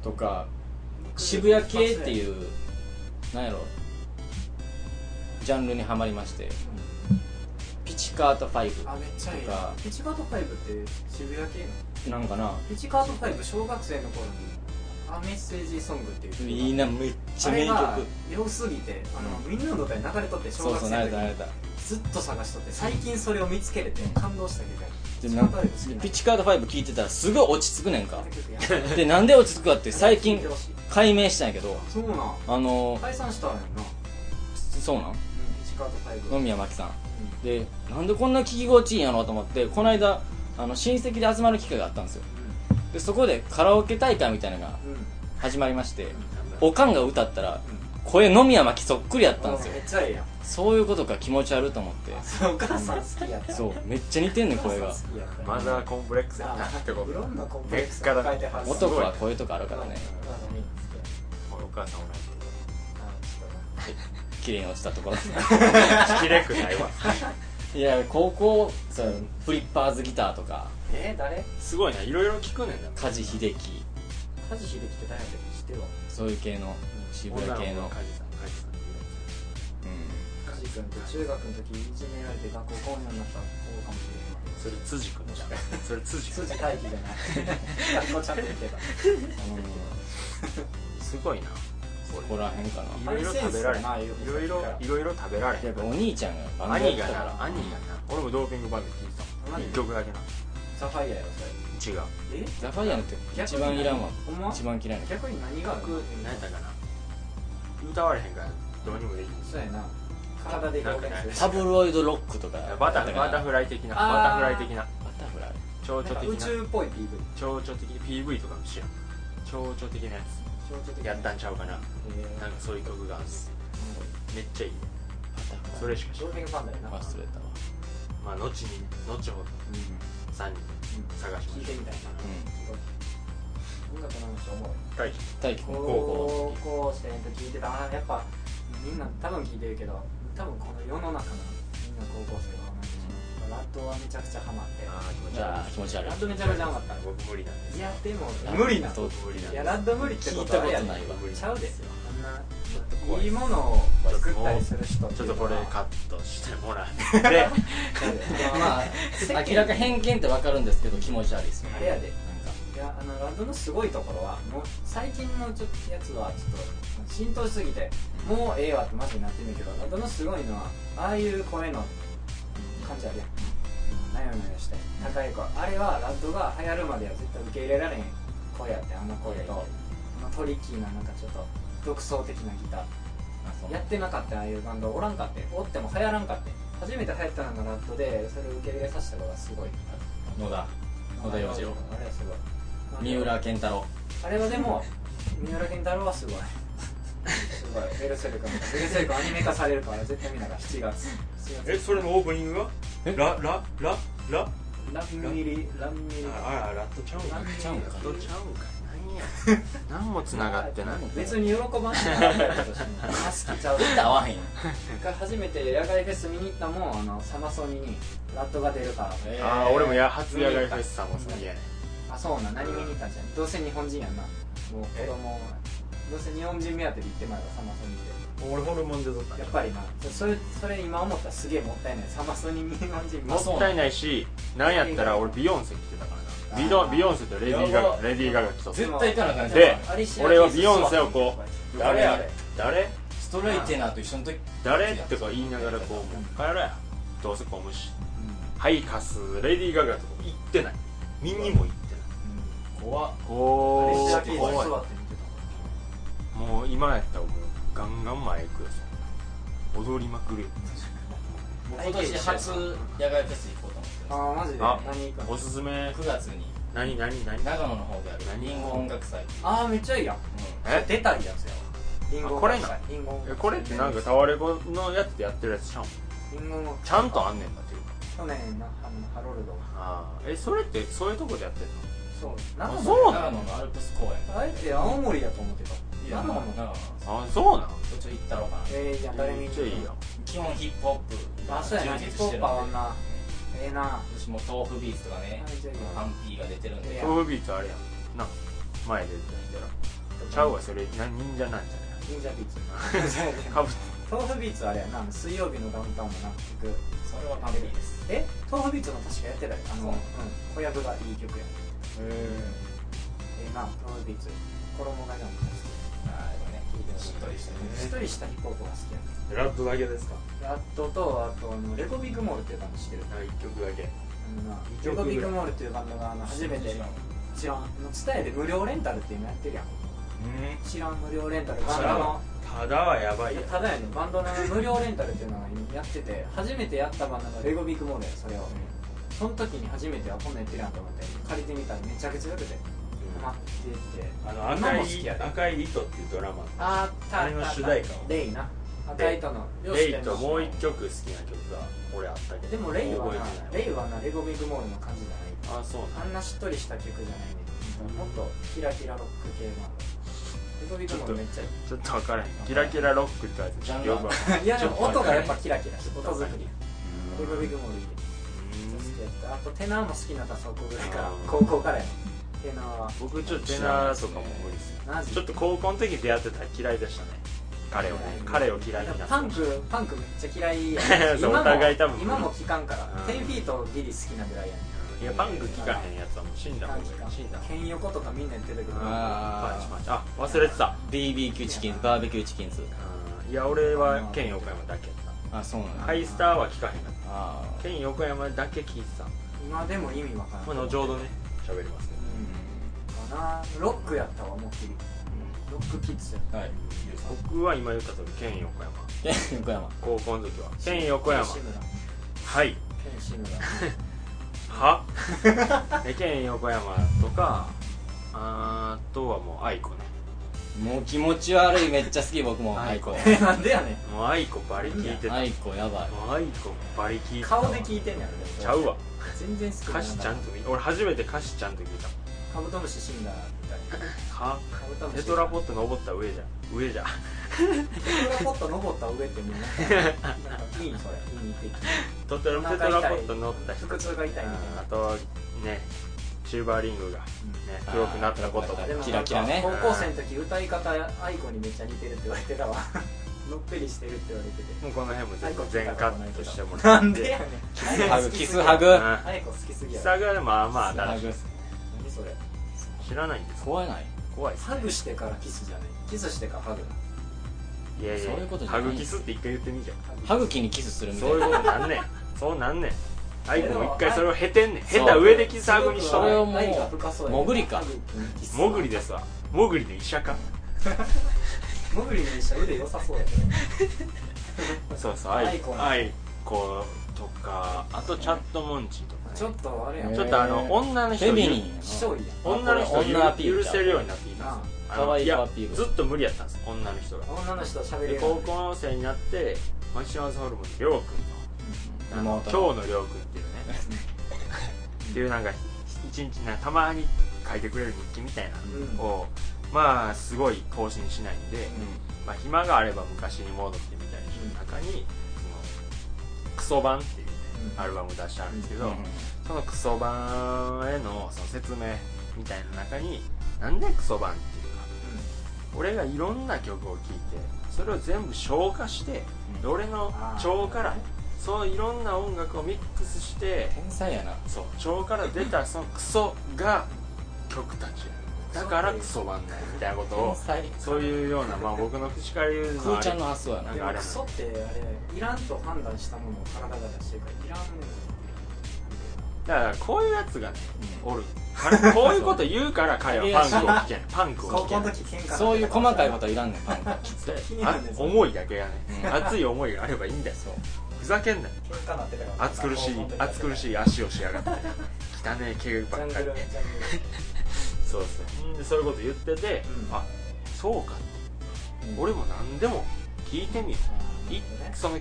Speaker 2: とか渋谷系って
Speaker 4: う
Speaker 2: いうなんやろジャンルにはまりましてピチカート
Speaker 4: あめっちゃいい
Speaker 2: とか
Speaker 4: なピチカート5って渋谷系の
Speaker 2: 5なんかな
Speaker 4: ピチカート5小学生の頃にあメッセージソングっていう曲が
Speaker 2: いいなめっちゃ
Speaker 4: あ
Speaker 2: 名
Speaker 4: れが
Speaker 2: 曲
Speaker 4: 良すぎてあの、みんなの歌に流れとって小
Speaker 2: そう
Speaker 4: 学
Speaker 2: そう
Speaker 4: 生
Speaker 2: 慣
Speaker 4: の
Speaker 2: れ
Speaker 4: 時
Speaker 2: た慣れ
Speaker 4: に
Speaker 2: た
Speaker 4: ずっと探しとって最近それを見つけれて感動したけど
Speaker 2: でなんか
Speaker 4: ピチカート5好きな
Speaker 2: ピチカート5聞いてたらすごい落ち着くねんか
Speaker 4: の曲やっ
Speaker 2: でなんで落ち着くかって最近
Speaker 4: 聞いてほしい
Speaker 2: 解明したんやけど
Speaker 4: そうなん
Speaker 2: あの
Speaker 4: 解散したんやんな、うん、
Speaker 2: そうなん
Speaker 4: ピチカート5
Speaker 2: 野
Speaker 4: うん
Speaker 2: 宮真紀さんでなんでこんな聞き心地いいんやろうと思ってこの間あの親戚で集まる機会があったんですよでそこでカラオケ大会みたいなのが
Speaker 4: うん
Speaker 2: 始まりまして
Speaker 3: お
Speaker 2: おかんが歌ったら
Speaker 4: う
Speaker 2: 声野宮真紀そっくりやっ
Speaker 4: ん
Speaker 2: たんですよ
Speaker 4: めっちゃええやん
Speaker 2: そういうことか気持ち悪いと思って
Speaker 4: そうお母さん好きやった
Speaker 2: そうめっちゃ似てんねん声が
Speaker 4: お母さん好きやった
Speaker 3: マザーコンプレックスやな
Speaker 4: あ
Speaker 3: ってこと
Speaker 4: いろんなコンプレックス
Speaker 3: 根っから
Speaker 4: 抱えてはる
Speaker 2: 男は声とかあるからね
Speaker 4: なのに
Speaker 3: お母さん同
Speaker 4: あちょっとな
Speaker 2: 綺麗に落ちたところ
Speaker 3: じ聞きれくないわ
Speaker 2: いや高校そうフリッパーズギターとか
Speaker 4: えー、誰
Speaker 3: すごいないろいろ聞くねんな
Speaker 2: 梶秀樹
Speaker 4: 梶秀樹って誰やったっけ知ってるわ
Speaker 2: そういう系の渋谷系の、うん、
Speaker 3: カジさんカジさんっていう
Speaker 4: 梶君って中学の時いじめられて学校校門になった子かもしれ
Speaker 3: それ辻君 じゃんそれ辻
Speaker 4: な
Speaker 3: 君
Speaker 4: い筋大輝じゃない学校ちゃんと行けば
Speaker 3: すごいな
Speaker 2: そこら辺かない
Speaker 3: ろいろ食べられ
Speaker 4: あれセンスだなよ
Speaker 3: いろいろいろいろ食べられ
Speaker 2: やっぱお兄ちゃんがバンドやっ
Speaker 3: 兄
Speaker 2: て
Speaker 3: が
Speaker 2: たか
Speaker 3: な
Speaker 2: ら
Speaker 3: 兄がな俺もドーピングバンド聴いてたもん
Speaker 4: 何
Speaker 3: 一曲だけな
Speaker 4: サファイアやろ
Speaker 3: 違う
Speaker 4: それえ
Speaker 2: ザファイアのって一番いらんわ
Speaker 4: ほんま
Speaker 2: 一番嫌いな
Speaker 4: 逆に何がある
Speaker 3: 何やったかな歌われへんからどうにもできん
Speaker 4: そうやな体で表現す
Speaker 2: タ
Speaker 4: る
Speaker 2: ブロイドロックとか
Speaker 3: バタフバタ
Speaker 2: ライ
Speaker 3: フライ的な
Speaker 4: あー
Speaker 3: バタフライ的な
Speaker 2: バタフライ
Speaker 3: 蝶々
Speaker 4: なんか宇
Speaker 3: 的な
Speaker 4: 宙っぽい PV
Speaker 3: 蝶々的 PV とかも知らん蝶々的なや
Speaker 4: 象徴的
Speaker 3: つ
Speaker 4: な
Speaker 3: やったんちゃうかな
Speaker 4: えー
Speaker 3: なんかそういう曲があるめっちゃいい
Speaker 2: バタフ
Speaker 3: それしか知
Speaker 4: ド
Speaker 3: らん
Speaker 4: ーピングファンだよな
Speaker 2: 忘れたわ
Speaker 3: まあ後に後ほど
Speaker 2: う、
Speaker 3: 3人で探しましょう
Speaker 4: 聞いてみたいなん
Speaker 2: うん、
Speaker 4: 音楽の話思う
Speaker 3: 大輝
Speaker 2: 大輝高
Speaker 4: 高
Speaker 2: 校
Speaker 4: 校生の時聞いてたあーやっぱみんな多分聞いてるけど多分この世の中のみんな高校生は同じラッドはめちゃくちゃハマって
Speaker 3: ああ気持
Speaker 2: の時
Speaker 3: ち悪
Speaker 2: あー気持ち悪い
Speaker 4: ラッドめちゃめちゃハマった
Speaker 3: い僕無理なんです
Speaker 4: いやでも
Speaker 2: ラッド
Speaker 4: 無理な
Speaker 2: と
Speaker 3: 僕無理なん
Speaker 4: い
Speaker 3: で
Speaker 4: や
Speaker 3: す
Speaker 4: ラッド無理って
Speaker 2: 聞い
Speaker 4: こと
Speaker 2: た
Speaker 4: は
Speaker 2: こと
Speaker 4: やね
Speaker 2: ないわ
Speaker 4: ちゃうですよ
Speaker 3: ちょっと
Speaker 4: あんないいものを作ったりする人って
Speaker 3: ちょ
Speaker 4: い
Speaker 3: っ
Speaker 4: うの
Speaker 3: と
Speaker 4: は
Speaker 3: これカットしてもらって
Speaker 2: まあ明らか偏見ってわかるんですけど気持ち悪いですよ
Speaker 4: あれやでい
Speaker 2: なんか
Speaker 4: やあのラッドのすごいところはもう最近のちょっとやつはちょっと浸透しすぎてもうええわってマジになってんだけどラッドのすごいのはああいう声の感じあるやんなよなよして高い声あれはラッドが流行るまでは絶対受け入れられへん声やってあの声とあのトリッキーななんかちょっと独創的なギター
Speaker 2: あそう
Speaker 4: やってなかったああいうバンドおらんかっておっても流行らんかって初めて流行ったのがラットでそれを受け入れさせたのがすごい
Speaker 2: 野田野田洋次郎
Speaker 4: あれはすごい
Speaker 2: 三浦健太郎
Speaker 4: あれはでも三浦健太郎はすごいすごいベルセルクみたいベルセルクアニメ化されるから絶対見ながら7月7月
Speaker 3: それのオープニングが
Speaker 2: え
Speaker 3: ララララ
Speaker 4: ランミリランミリ
Speaker 3: あらラットちゃうん
Speaker 4: ランミリ
Speaker 2: ちゃうんか
Speaker 3: ラットちゃうんかいなんや何もつながってない
Speaker 4: 別に喜ばんしなかったやとしてもあ好きちゃう
Speaker 2: 合わへんよ
Speaker 4: 一回初めて野外フェス見に行ったもんあのサマソニにラットが出るから
Speaker 2: え
Speaker 3: ああ俺もや初野外フェスさんもそう嫌やね
Speaker 4: あそうなん何見に行ったんじゃんどうせ日本人やんなもう子供どうせ日本人目当てで行ってまえばサマソニっ
Speaker 3: 俺ホルモンで取った
Speaker 4: てやっぱりなそれそれ今思ったらすげえもったいないサマソニに日本人
Speaker 3: もったいないしなんやったら俺ビヨンセ来てたからなビド
Speaker 2: あー
Speaker 3: ビヨンセとレディー・ガ
Speaker 2: や
Speaker 3: ガ
Speaker 2: ば
Speaker 3: レディー・ガガ来とった
Speaker 2: 絶対行かなあかんやつ
Speaker 3: で
Speaker 2: だ
Speaker 4: アリシア
Speaker 3: 俺はビヨンセをこう
Speaker 2: あれあれ
Speaker 3: 誰
Speaker 2: ストレイテナーと一緒の時
Speaker 3: 誰とか言いながらこうもう帰ろうやどうせこむしはいカスレディー・ガガとか行ってない見にも行ってない
Speaker 2: 怖っ
Speaker 3: こ
Speaker 4: アリシア
Speaker 3: う
Speaker 4: ケイズ
Speaker 3: 怖い
Speaker 4: 座って見て
Speaker 3: もう今やったらもうガンガン前行くよそんな踊りまくるよ
Speaker 2: 僕今年初野外フェス行こうと思って
Speaker 4: た
Speaker 2: ま
Speaker 4: ああマジで
Speaker 3: あ
Speaker 4: 何行く
Speaker 3: お
Speaker 4: の
Speaker 3: すすめ
Speaker 2: す9月に
Speaker 3: 何何何
Speaker 2: 長野の方であるリンゴ音楽祭
Speaker 4: ああめっちゃいいやん
Speaker 3: え
Speaker 1: 出たいやつや
Speaker 4: リンゴ
Speaker 3: あこれな
Speaker 4: リンゴ
Speaker 3: えこれってなんかタワレコのやつでやってるやつちゃうん
Speaker 4: リンゴの
Speaker 3: ちゃんとあんねんなっていうか
Speaker 4: 去年なあのハロルド
Speaker 3: あーえそれってそういうとこでやってる
Speaker 4: そう
Speaker 3: の
Speaker 4: 長
Speaker 3: あ
Speaker 4: 野
Speaker 3: そうな
Speaker 2: 長
Speaker 3: の
Speaker 2: 野のアルプス公園
Speaker 4: あえて青森やと思ってた
Speaker 2: いや
Speaker 4: 長野
Speaker 2: 長野
Speaker 3: あそうなの
Speaker 2: どっち行ったろうかな
Speaker 4: ええじゃあ誰に
Speaker 3: めっちゃいいやん
Speaker 2: 基本ヒップホップ
Speaker 4: あそうやなヒップホッパーはなええな
Speaker 2: 私も豆腐ビーツとかね
Speaker 4: めっちゃいい
Speaker 2: パンピーが出てるん
Speaker 4: い
Speaker 2: で
Speaker 4: や
Speaker 3: 豆腐ビーツあれやんな前で言ったらちゃうわそれな忍者なんじ
Speaker 4: 忍者ビーツ
Speaker 3: ゃ ないかぶって
Speaker 4: 豆腐ビーツあれやな水曜日のダウンタウンもな結局
Speaker 2: それはパンピーです
Speaker 4: え豆腐ビーツも確かやってたよあの、
Speaker 2: そう
Speaker 4: うん、小籔がいい曲やええな豆腐ビーツ衣がえなんか
Speaker 2: あーでもねしっとりして
Speaker 4: 好きし
Speaker 2: る
Speaker 4: っとりしたヒップホップが好きやね
Speaker 3: ラップだけですか
Speaker 4: ラットとあとあのレコビッグモールっていうバンド知ってる
Speaker 3: 1曲だけ
Speaker 4: あのな
Speaker 3: 一
Speaker 4: レ
Speaker 3: 曲
Speaker 4: コ
Speaker 3: ぐらい
Speaker 4: ビッグモールっていうバンドがあの初めて知らん伝えで無料レンタルっていうのやってるやん知らん無料レンタルバンドの
Speaker 3: ただはやばいやん
Speaker 4: ただやねバンドの無料レンタルっていうのが今やってて初めてやったバンドがレゴビッグモールやそれをその時に初めてはこんなんやってるやんと思って借りてみたらめちゃくちゃよくてハマってて
Speaker 3: あの
Speaker 4: 今
Speaker 3: 赤
Speaker 4: も好きや
Speaker 3: い赤い糸っていうドラマ
Speaker 4: あ
Speaker 3: あれの主題歌
Speaker 4: レイな赤いとの
Speaker 3: をレイともう一曲好きな曲が俺あったけど
Speaker 4: でもレイは
Speaker 3: 覚
Speaker 4: な
Speaker 3: えてない
Speaker 4: レイはなレゴビッグモールの感じじゃない
Speaker 3: あそうな
Speaker 4: あんなしっとりした曲じゃないねもっとキラキラロック系のレゴビッグモールめっちゃいい
Speaker 3: のちょっと分からへんキラキラロックってやつちょっとよくわからへん
Speaker 4: いやでも音がやっぱキラキラして音作りレゴビッグモールいい好きやったあとテナーも好きになったそこぐらいから
Speaker 3: うん
Speaker 4: 高校からやねテナーは
Speaker 3: 僕ちょっとテナーとかも無理っすね
Speaker 4: マジ
Speaker 3: ちょっと高校の時出会ってたら嫌いでしたね彼をね彼を嫌いになった
Speaker 4: パンクパンクめっちゃ嫌いやね
Speaker 3: そう
Speaker 4: 今も
Speaker 3: お互い多分
Speaker 4: 今も聞かんから
Speaker 3: うん
Speaker 4: 10フィートギリ好きなぐらいやね
Speaker 3: いやパンク聞かへんやつはもう死んだ方がいい死んだ方がいい
Speaker 4: ケン横とかみんな言ってたけど
Speaker 3: パンチ
Speaker 2: あ
Speaker 3: パンチあ忘れてた
Speaker 5: BBQ チキンズバーベキューチキンズ
Speaker 3: うんいや俺は県横山だけやっ
Speaker 2: あそうなん
Speaker 3: た
Speaker 2: だ
Speaker 3: ハイスターは聞かへんかっ
Speaker 2: あ
Speaker 3: た県横山だけ聞いてた
Speaker 4: 今でも意味わからん
Speaker 3: まあ後ほどね喋りますけど
Speaker 4: かなロックやったわ思いっきりロックキッズやっ
Speaker 2: あはい
Speaker 3: 僕は今言った通り県横山
Speaker 5: 横山
Speaker 3: 高校の時は県横
Speaker 4: た
Speaker 3: 山
Speaker 4: ケン志村
Speaker 3: はい
Speaker 4: ケン志村
Speaker 3: はえ県横山とかあとはもう愛子ね
Speaker 5: もう気持ち悪いめっちゃ好き僕もアイコ
Speaker 4: えなんでやねん
Speaker 3: もう愛子バリ聞いてた
Speaker 5: ア
Speaker 3: もう
Speaker 5: イコやばい
Speaker 3: 愛子バリ聞いてたわ
Speaker 4: 顔で聞いてんねやろでも
Speaker 3: ちゃうわ
Speaker 4: 全然好きじゃな
Speaker 3: 歌
Speaker 4: い
Speaker 3: 詞ちゃんと見俺初めて歌詞ちゃんと聞いたもん
Speaker 4: カブトムシ死んだみたいな
Speaker 3: は
Speaker 4: カブトムシ
Speaker 3: テトラポット登った上じゃ上 じゃ
Speaker 4: テトラポット登った上ってみんななんかいいのそれ意味的
Speaker 3: テトラテトラポット乗った人
Speaker 4: 腹痛が痛いみ
Speaker 3: あとねチューバーリングがね黒くなったことも
Speaker 5: あ
Speaker 4: た
Speaker 5: ー
Speaker 4: いな
Speaker 5: キラキラね
Speaker 4: でもなんか高校生の時歌い方アイコにめっちゃ似てるって言われてたわのっぺりしてるって言われてて
Speaker 3: もうこの辺も全部全カットしてもら
Speaker 4: な
Speaker 3: って
Speaker 4: んでやねん
Speaker 5: ハグキスハグ
Speaker 4: アイコ好きすぎやろ
Speaker 3: 久がまあまあ
Speaker 5: ハ
Speaker 3: 新し
Speaker 5: グ
Speaker 4: 何それ
Speaker 3: い知らないんです
Speaker 5: 怖ない
Speaker 3: 怖いです
Speaker 4: ハグしてからキスじゃないキスしてからハグだ
Speaker 3: いやいや
Speaker 5: そういうことじゃな
Speaker 3: ハ
Speaker 5: い
Speaker 3: グキスって一回言ってみじゃん
Speaker 5: 歯茎にキスするみた
Speaker 3: そ
Speaker 5: いう
Speaker 3: いう
Speaker 5: な
Speaker 3: ことなんねんそうなんねんアイコも一回それを経てんねん経た上でキスハグにし
Speaker 5: それ
Speaker 3: と
Speaker 5: を
Speaker 3: んね
Speaker 5: もう
Speaker 4: 愛が深そうや
Speaker 5: 潜りか
Speaker 4: ハグキス
Speaker 3: んもぐりですわもぐりで医者か
Speaker 4: モグリの医者腕良さそうやけ
Speaker 3: そうそうアイコ
Speaker 4: ア
Speaker 3: アイコとかあとチャットモンチーとか
Speaker 4: ど
Speaker 3: ね
Speaker 4: ちょっとあれやん
Speaker 3: ちょっとあの女の人
Speaker 5: フェミニンやな
Speaker 4: ひどいやん
Speaker 3: 女の人を
Speaker 5: 女アピー
Speaker 3: 許
Speaker 5: ル
Speaker 3: 許せるようになっていたんですよあの
Speaker 5: 可愛い
Speaker 3: いや
Speaker 5: アピール
Speaker 3: ずっと無理やったんです女の人が
Speaker 4: 女の人喋る
Speaker 3: で
Speaker 4: よ
Speaker 3: 高校生になってマキシマムズホルモンのりょうくんのあの
Speaker 5: 妹
Speaker 3: 今日のりょうくんって いうねっていうなんか一日なたまに書いてくれる日記みたいなのを、まあすごい更新しないんで、まあ、暇があれば昔に戻ってみたりする中に、そのクソ版っていうね、
Speaker 4: うん
Speaker 3: アルバムを出してあるんですけど、
Speaker 5: うん
Speaker 3: そのクソ版へのその説明みたいな中になんでクソ版っていうか俺がいろんな曲を聴いてそれを全部消化して、で俺の腸からそういろんな音楽をミックスして
Speaker 2: 天才やな
Speaker 3: そう腸から出たそのクソが曲たちやだからクソ版だよみたいなことを
Speaker 2: 才
Speaker 3: そういうようなまあ僕の口から言うの
Speaker 2: 空
Speaker 3: はあ
Speaker 2: ちゃん
Speaker 3: れ
Speaker 2: の発想やな
Speaker 4: でもクソってあれいらんと判断したものを体が出してるからいらん
Speaker 3: だからこういうやつがねおる彼こういうこと言うから彼はパンクを聴けないパンクを
Speaker 4: 高
Speaker 3: 聴け
Speaker 4: 校
Speaker 3: ない
Speaker 4: の時喧嘩だった
Speaker 2: そういう細かいことはいらんねんパンが
Speaker 4: 気にな
Speaker 3: あ
Speaker 4: るんですよ
Speaker 3: 思いだけやね、
Speaker 2: うん
Speaker 3: 熱い思いがあればいいんだよふざけんなよ
Speaker 4: 喧嘩なってたから
Speaker 3: 暑苦しい暑苦
Speaker 4: い
Speaker 3: しい足をしやがって汚ねえ毛
Speaker 4: ジ
Speaker 3: ば
Speaker 4: ャ
Speaker 3: っ
Speaker 4: ング
Speaker 3: かり
Speaker 4: ルジャング
Speaker 3: ねそうですねでそういうこと言ってて、
Speaker 4: うん
Speaker 3: あそうかって、俺も何でも聞いてみよう、
Speaker 4: ル
Speaker 3: いその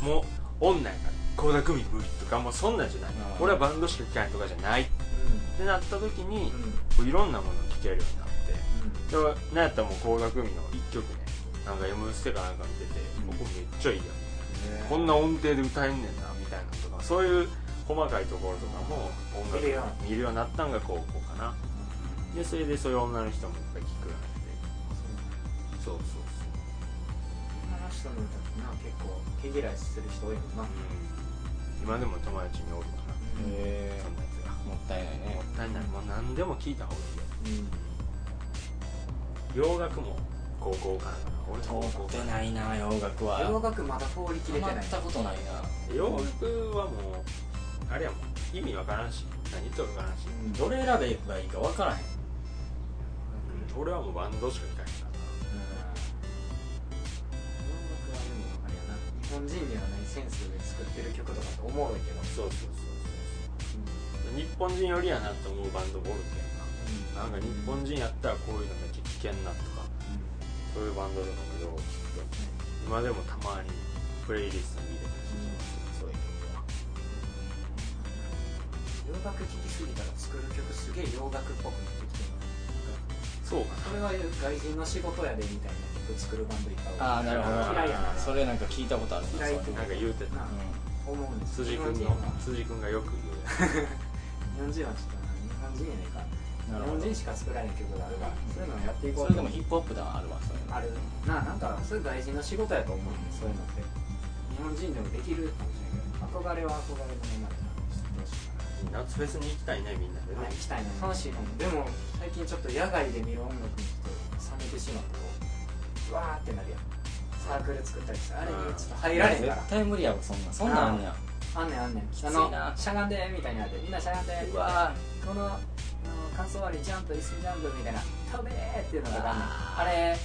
Speaker 3: もう女やから倖田來未無理とかもうそんなんじゃない、
Speaker 2: うん
Speaker 3: 俺はバンドしか聴かないとかじゃないってなった時に
Speaker 4: うん、うん
Speaker 3: こういろんなものを聴けるようになってでもなんやったらもう倖田來未の1曲ねなんか M ステかなんか見てて、ここめっちゃいいやんこんな音程で歌えんねんなみたいなのとかそういう細かいところとかも音楽
Speaker 4: 見るよ
Speaker 3: 見るようになったんが高校かなでそれでそういう女の人もいっぱい聴くようになってそうそう
Speaker 4: 女の人の歌ってな結構毛嫌いする人多いもんな、
Speaker 3: そう、今でも友達におるかな
Speaker 2: へ
Speaker 3: そんなやつが
Speaker 2: えもったいない
Speaker 3: も
Speaker 2: ね
Speaker 3: ったいないもう何でも聴いた方が
Speaker 4: うん
Speaker 3: いいよ洋楽も高校からかな俺高校
Speaker 2: 通ってないな洋楽は
Speaker 4: 洋楽まだ放り切れて
Speaker 2: ハ
Speaker 4: ない
Speaker 2: マったことないな
Speaker 3: 洋楽はもうあれやもん意味わからんし何言っとるかわからんし、
Speaker 4: うん
Speaker 2: どれ選べばいいか分からへん
Speaker 3: 俺はもうバンドしか聴かないからな
Speaker 4: 洋楽はでもあれやな日本人にはないセンスで作ってる曲とかっておもろいけど、
Speaker 3: そうそうそうそう日本人よりやなって思うバンドもおるけどななんか日本人やったらこういうのめっちゃ危険なとかそういうバンドとかもよう聞くけど今でもたまにプレイリストに入れてそういう曲は
Speaker 4: 洋楽聴きすぎたら作る曲すげえ洋楽っぽくなってきてる
Speaker 3: そうか
Speaker 4: これは外人の仕事やでみたいな曲作るバンドいっぱい
Speaker 2: ああなるほど
Speaker 4: 嫌いやな
Speaker 2: それなんか聞いたことあるな
Speaker 4: 嫌いって
Speaker 3: なんか言うてた
Speaker 2: う
Speaker 4: な思うんです
Speaker 3: 辻
Speaker 4: 日
Speaker 3: 君
Speaker 4: 本
Speaker 3: の
Speaker 4: 人は
Speaker 3: 辻君がよく言う
Speaker 4: 日本人はちょっとな日本人やねんから
Speaker 2: んなるほ
Speaker 4: 日本
Speaker 2: ど
Speaker 4: 人しか作らない曲があるからそういうのをやっていこう
Speaker 2: それ
Speaker 4: と
Speaker 2: でもヒップホップ感あるわそれ
Speaker 4: あるななんかそういう外人の仕事やと思うねそういうのって日本人でもできるかもしれないけど憧れは憧れのままだなちょっとどうしようか
Speaker 3: よ夏フェスに行きたいねみんなで
Speaker 4: な
Speaker 3: ね
Speaker 4: 行きたいな楽しいかもでも最近ちょっと野外で見る音楽にちょっと冷めてしまってこうわーってなるやんサークル作ったりしてあれにちょっと入られへんから
Speaker 2: 絶対無理やわそんなんそんなんあんねや
Speaker 4: あんねんあんねん
Speaker 2: きついな
Speaker 4: あのしゃがんでみたいになってみんなしゃがんでうわーこのあの感想割りジャンプリスジャンプみたいな飛べーっていうのがあんねんあれ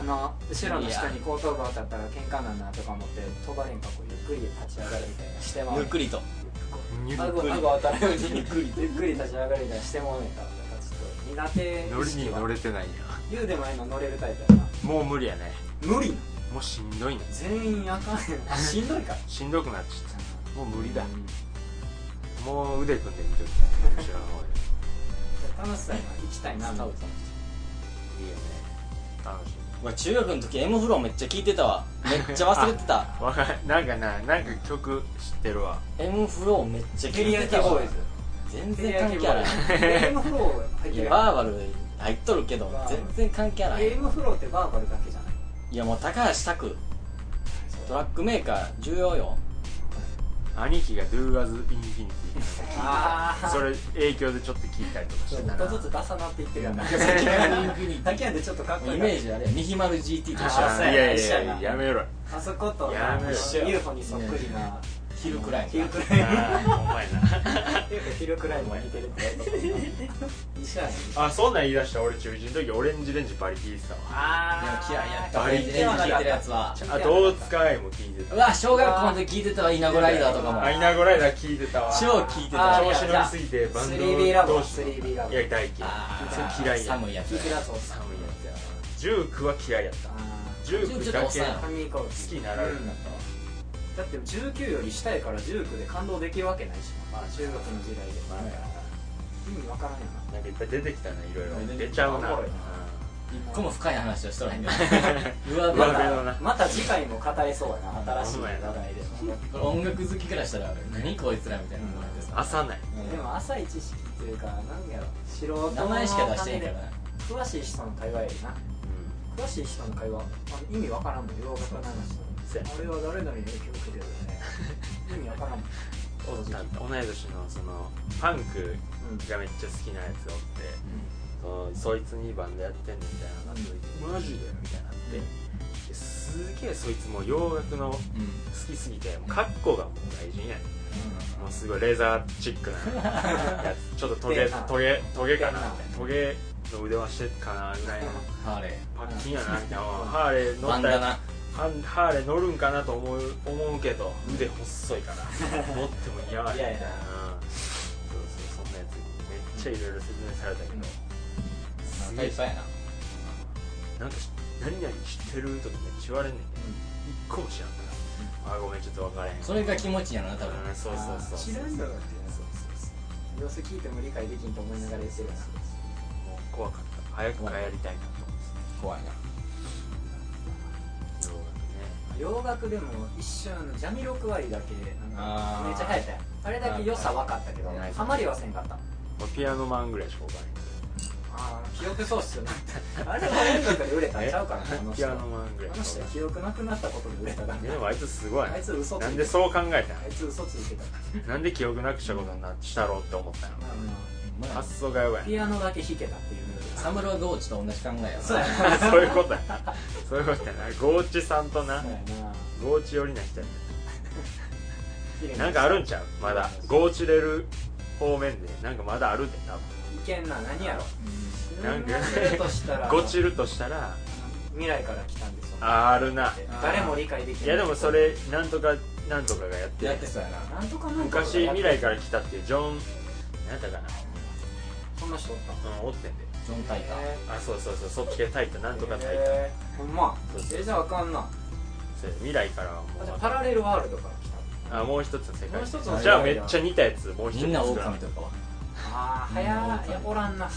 Speaker 4: あの後ろの人に後頭部当たったら喧嘩なんなとか思って飛ばれんかこうゆっくり立ち上がるみたいなしてまう
Speaker 2: ゆ
Speaker 4: ね
Speaker 2: っ
Speaker 4: ん
Speaker 2: くりと
Speaker 3: ゆっ
Speaker 4: 顎
Speaker 3: くり
Speaker 4: 顎当たるようにゆっくりゆっくり立ち上がるみたいなしてまうねんからなんかちょっと苦手
Speaker 3: 乗
Speaker 4: 意
Speaker 3: り
Speaker 4: 識
Speaker 3: に
Speaker 4: は
Speaker 3: 乗れてないや
Speaker 4: 言うでもええの乗れるタイプやな
Speaker 3: もう無理やね
Speaker 4: 無理
Speaker 3: もうしんどいね
Speaker 4: 全員あかんねんあしんどいから
Speaker 3: しんどくなっちゃったもう無理だもう腕組んでみとる後ろの方で
Speaker 4: 楽しさやな行きたいな
Speaker 2: 多分
Speaker 3: いいよね楽しい
Speaker 2: 俺中学の時 M フローめっちゃ聞いてたわめっちゃ忘れてた
Speaker 3: わかんなんかななんか曲知ってるわ
Speaker 2: M フローめっちゃ
Speaker 4: 照
Speaker 2: 聞
Speaker 4: り
Speaker 2: いて
Speaker 4: 焼き
Speaker 2: た
Speaker 4: ボ
Speaker 2: わ
Speaker 4: ーイズ
Speaker 2: 全然関係ない
Speaker 4: ゲームフロー入
Speaker 2: い
Speaker 4: ってる
Speaker 2: や
Speaker 4: やん
Speaker 2: バーバル入っとるけど
Speaker 4: バーバル
Speaker 2: 全然関係ない
Speaker 4: ゲームフローってバーバルだけじゃない
Speaker 2: いやもう高橋拓トラックメーカー重要 よ
Speaker 3: 兄貴が「Do as Infinity
Speaker 4: あ」
Speaker 3: それ影響でちょっと聞いたりとか
Speaker 4: ち
Speaker 3: し
Speaker 4: ょ
Speaker 3: て
Speaker 4: ったと
Speaker 3: な
Speaker 4: ずつダサなっていってるやんだけやんでちょっとかっこい
Speaker 2: イ
Speaker 4: い
Speaker 2: メージあれやミヒマル GT と一緒
Speaker 4: あー
Speaker 2: や
Speaker 4: そう
Speaker 3: いやい
Speaker 4: 一緒
Speaker 3: や
Speaker 4: や
Speaker 3: いや
Speaker 4: な
Speaker 3: やめろよ
Speaker 4: あそこと
Speaker 3: やめろ
Speaker 2: 一緒や
Speaker 4: UFO にそっくりな
Speaker 2: 昼くらい
Speaker 4: ヒル
Speaker 2: な
Speaker 3: あ
Speaker 4: クライム
Speaker 3: ーお前な
Speaker 4: ヒルクライムが似てるってこと一緒やね
Speaker 3: あそんなん言い出した俺中1の時オレンジレンジバリ聞いてたわ
Speaker 4: あ
Speaker 2: いや嫌いやった
Speaker 3: バ
Speaker 2: 俺
Speaker 3: リ
Speaker 2: 聞いてるやつは
Speaker 3: あと大塚愛も聞いて
Speaker 2: う
Speaker 3: た
Speaker 2: わ小学校の時聞いてたわイナゴライダーとかも
Speaker 3: アイナゴライダー聞いてたわ
Speaker 2: 超聞いてた
Speaker 4: あ
Speaker 2: わ
Speaker 4: ー
Speaker 3: 調子乗りすぎてバンド
Speaker 4: 3B ラボ
Speaker 3: 同士の
Speaker 4: 3B ラボ
Speaker 3: いや大嫌い
Speaker 2: あ
Speaker 3: それ
Speaker 2: ー
Speaker 3: 嫌いや
Speaker 2: 寒いやつ
Speaker 4: 聞いてるやつおっさん
Speaker 3: 寒いやつやな19は嫌いやった19だけ
Speaker 2: ちょっとおっさんや
Speaker 3: 好
Speaker 2: な
Speaker 4: 髪以降好
Speaker 3: きになられるんだったわ
Speaker 4: だって19より下やから19で感動できるわけないしな、まあ、中学の時代で、まあ、意味わからんよ
Speaker 3: なんかいっぱい出てきたな、いろいろ。出ちゃうな。
Speaker 4: おもろい
Speaker 2: 一個も深い話はしとらへんけど
Speaker 3: 上
Speaker 2: 上
Speaker 3: 辺
Speaker 2: 辺
Speaker 3: のな
Speaker 4: な。また次回も語れそうやな新しい話題で
Speaker 2: これ音楽好きからしたら何こいつらみたいなのがあってさ
Speaker 3: 朝ない。
Speaker 4: でも浅い知識というか何やろ素人の
Speaker 2: 名前しか出してへんから
Speaker 4: 詳しい人の会話よりな詳しい人の会話あの意味わからんもん洋楽の話
Speaker 1: そうや
Speaker 4: の俺は誰々に影響を受けて るよね意味わからんもん
Speaker 3: おった同い年のそのパンクがめっちゃ好きなやつおって、そのそいつにバンドやってんのみたいなのがあってマジでみたいになってですげえそいつもう洋楽の好きすぎてもう格好がもう外人やねんもうすごいレーザーチックなやつちょっとト ゲ
Speaker 4: ペンな
Speaker 3: トゲトゲかな
Speaker 4: ペンな
Speaker 3: みたいなトゲの腕はしてっかなぐらいの
Speaker 2: ハーレ
Speaker 3: パッキンやなみたいなハーレー
Speaker 2: ー
Speaker 3: 乗
Speaker 2: バ
Speaker 3: っ
Speaker 2: ン
Speaker 3: た
Speaker 2: ダ
Speaker 3: やつ
Speaker 2: ナ
Speaker 3: ハンハーレー乗るんかなと思う思うけど腕細い から持っても嫌われ
Speaker 4: 嫌
Speaker 3: た
Speaker 4: や
Speaker 3: い
Speaker 4: な
Speaker 3: なそうそうそんなやつにめっちゃいろいろ説明されたけど、すげ
Speaker 2: 大
Speaker 3: え
Speaker 2: 差やな
Speaker 3: なんかし何々知ってるとかめっちゃ言われんねんけど、一個も知らんから、あごめんちょっと分からへん
Speaker 2: それが気持ちいいやろな
Speaker 3: うん
Speaker 2: 多分
Speaker 3: そうそうそう
Speaker 4: 知らんだろって
Speaker 3: そうそうそう
Speaker 4: 様子聞いても理解できんと思いながら言ってるやつ
Speaker 3: もう怖かった早く帰りたいなと思
Speaker 2: 怖いな
Speaker 3: って
Speaker 4: 洋楽でも一瞬あのジャミロクワイだけあ
Speaker 2: あ
Speaker 4: の
Speaker 2: ー
Speaker 4: めっちゃ流行ったやんあれだけ良さ分かったけど
Speaker 3: はい
Speaker 4: ハマりはせんかった
Speaker 3: ねピアノマンぐらいしか分か
Speaker 4: ああ記憶喪失になったあれは音楽で売れた
Speaker 3: らへ
Speaker 4: ん
Speaker 3: ん
Speaker 4: ちゃうからなあの
Speaker 3: ピ
Speaker 4: 人
Speaker 3: ア
Speaker 4: あ
Speaker 3: ノマンぐらい
Speaker 4: の人は記憶なくなったことで売れただ
Speaker 3: い
Speaker 4: け
Speaker 3: やでもあいつすごいな
Speaker 4: あいつ嘘ついて
Speaker 3: なんでそう考えた
Speaker 4: あいつ嘘ついてたから
Speaker 3: んなんで記憶なくしたことになしたろうって思ったの
Speaker 4: まあ
Speaker 2: まあ
Speaker 3: 発想がやばい
Speaker 4: ピアノだけ弾けたっていう
Speaker 2: サムロゴーチと同じ考えや
Speaker 4: そう
Speaker 2: ろ
Speaker 4: やな
Speaker 3: な そういうことやなそういうことやなゴーチさんとな
Speaker 4: そうやな
Speaker 3: ゴーチ寄りな人や
Speaker 4: 綺麗
Speaker 3: ななんかあるんちゃうまだゴーチれる方面でなんかまだあるで多
Speaker 4: いけんな何やろ
Speaker 3: なんか
Speaker 4: 自分がやるとしたら
Speaker 3: 分ゴチるとしたら
Speaker 4: 未来から来たんですよ
Speaker 3: ああるな
Speaker 4: 誰も理解できない
Speaker 3: いやでもそれなんとかなんとかがやって
Speaker 2: や
Speaker 3: る
Speaker 2: ってそうやな
Speaker 4: なんとかなんとか
Speaker 3: 昔未来から来たっていうジョン何だったか
Speaker 4: こんな人おった
Speaker 3: な、うん、おってんで
Speaker 2: ジョン・タイター
Speaker 4: え
Speaker 3: あそうそうそうそっち系タイタなんとかタイタ、
Speaker 4: えーほんま
Speaker 3: そうそう
Speaker 4: えじゃああかんな
Speaker 3: そう未来からはも
Speaker 4: あ
Speaker 3: う
Speaker 4: じゃあパラレルワールドから来た
Speaker 3: あもう一つの世界
Speaker 4: もう一つの世界
Speaker 3: じゃあめっちゃ似たやつもう一つ
Speaker 2: みんな
Speaker 3: 作
Speaker 2: 狼
Speaker 3: ら
Speaker 2: とかは
Speaker 4: ああはやいやおらんな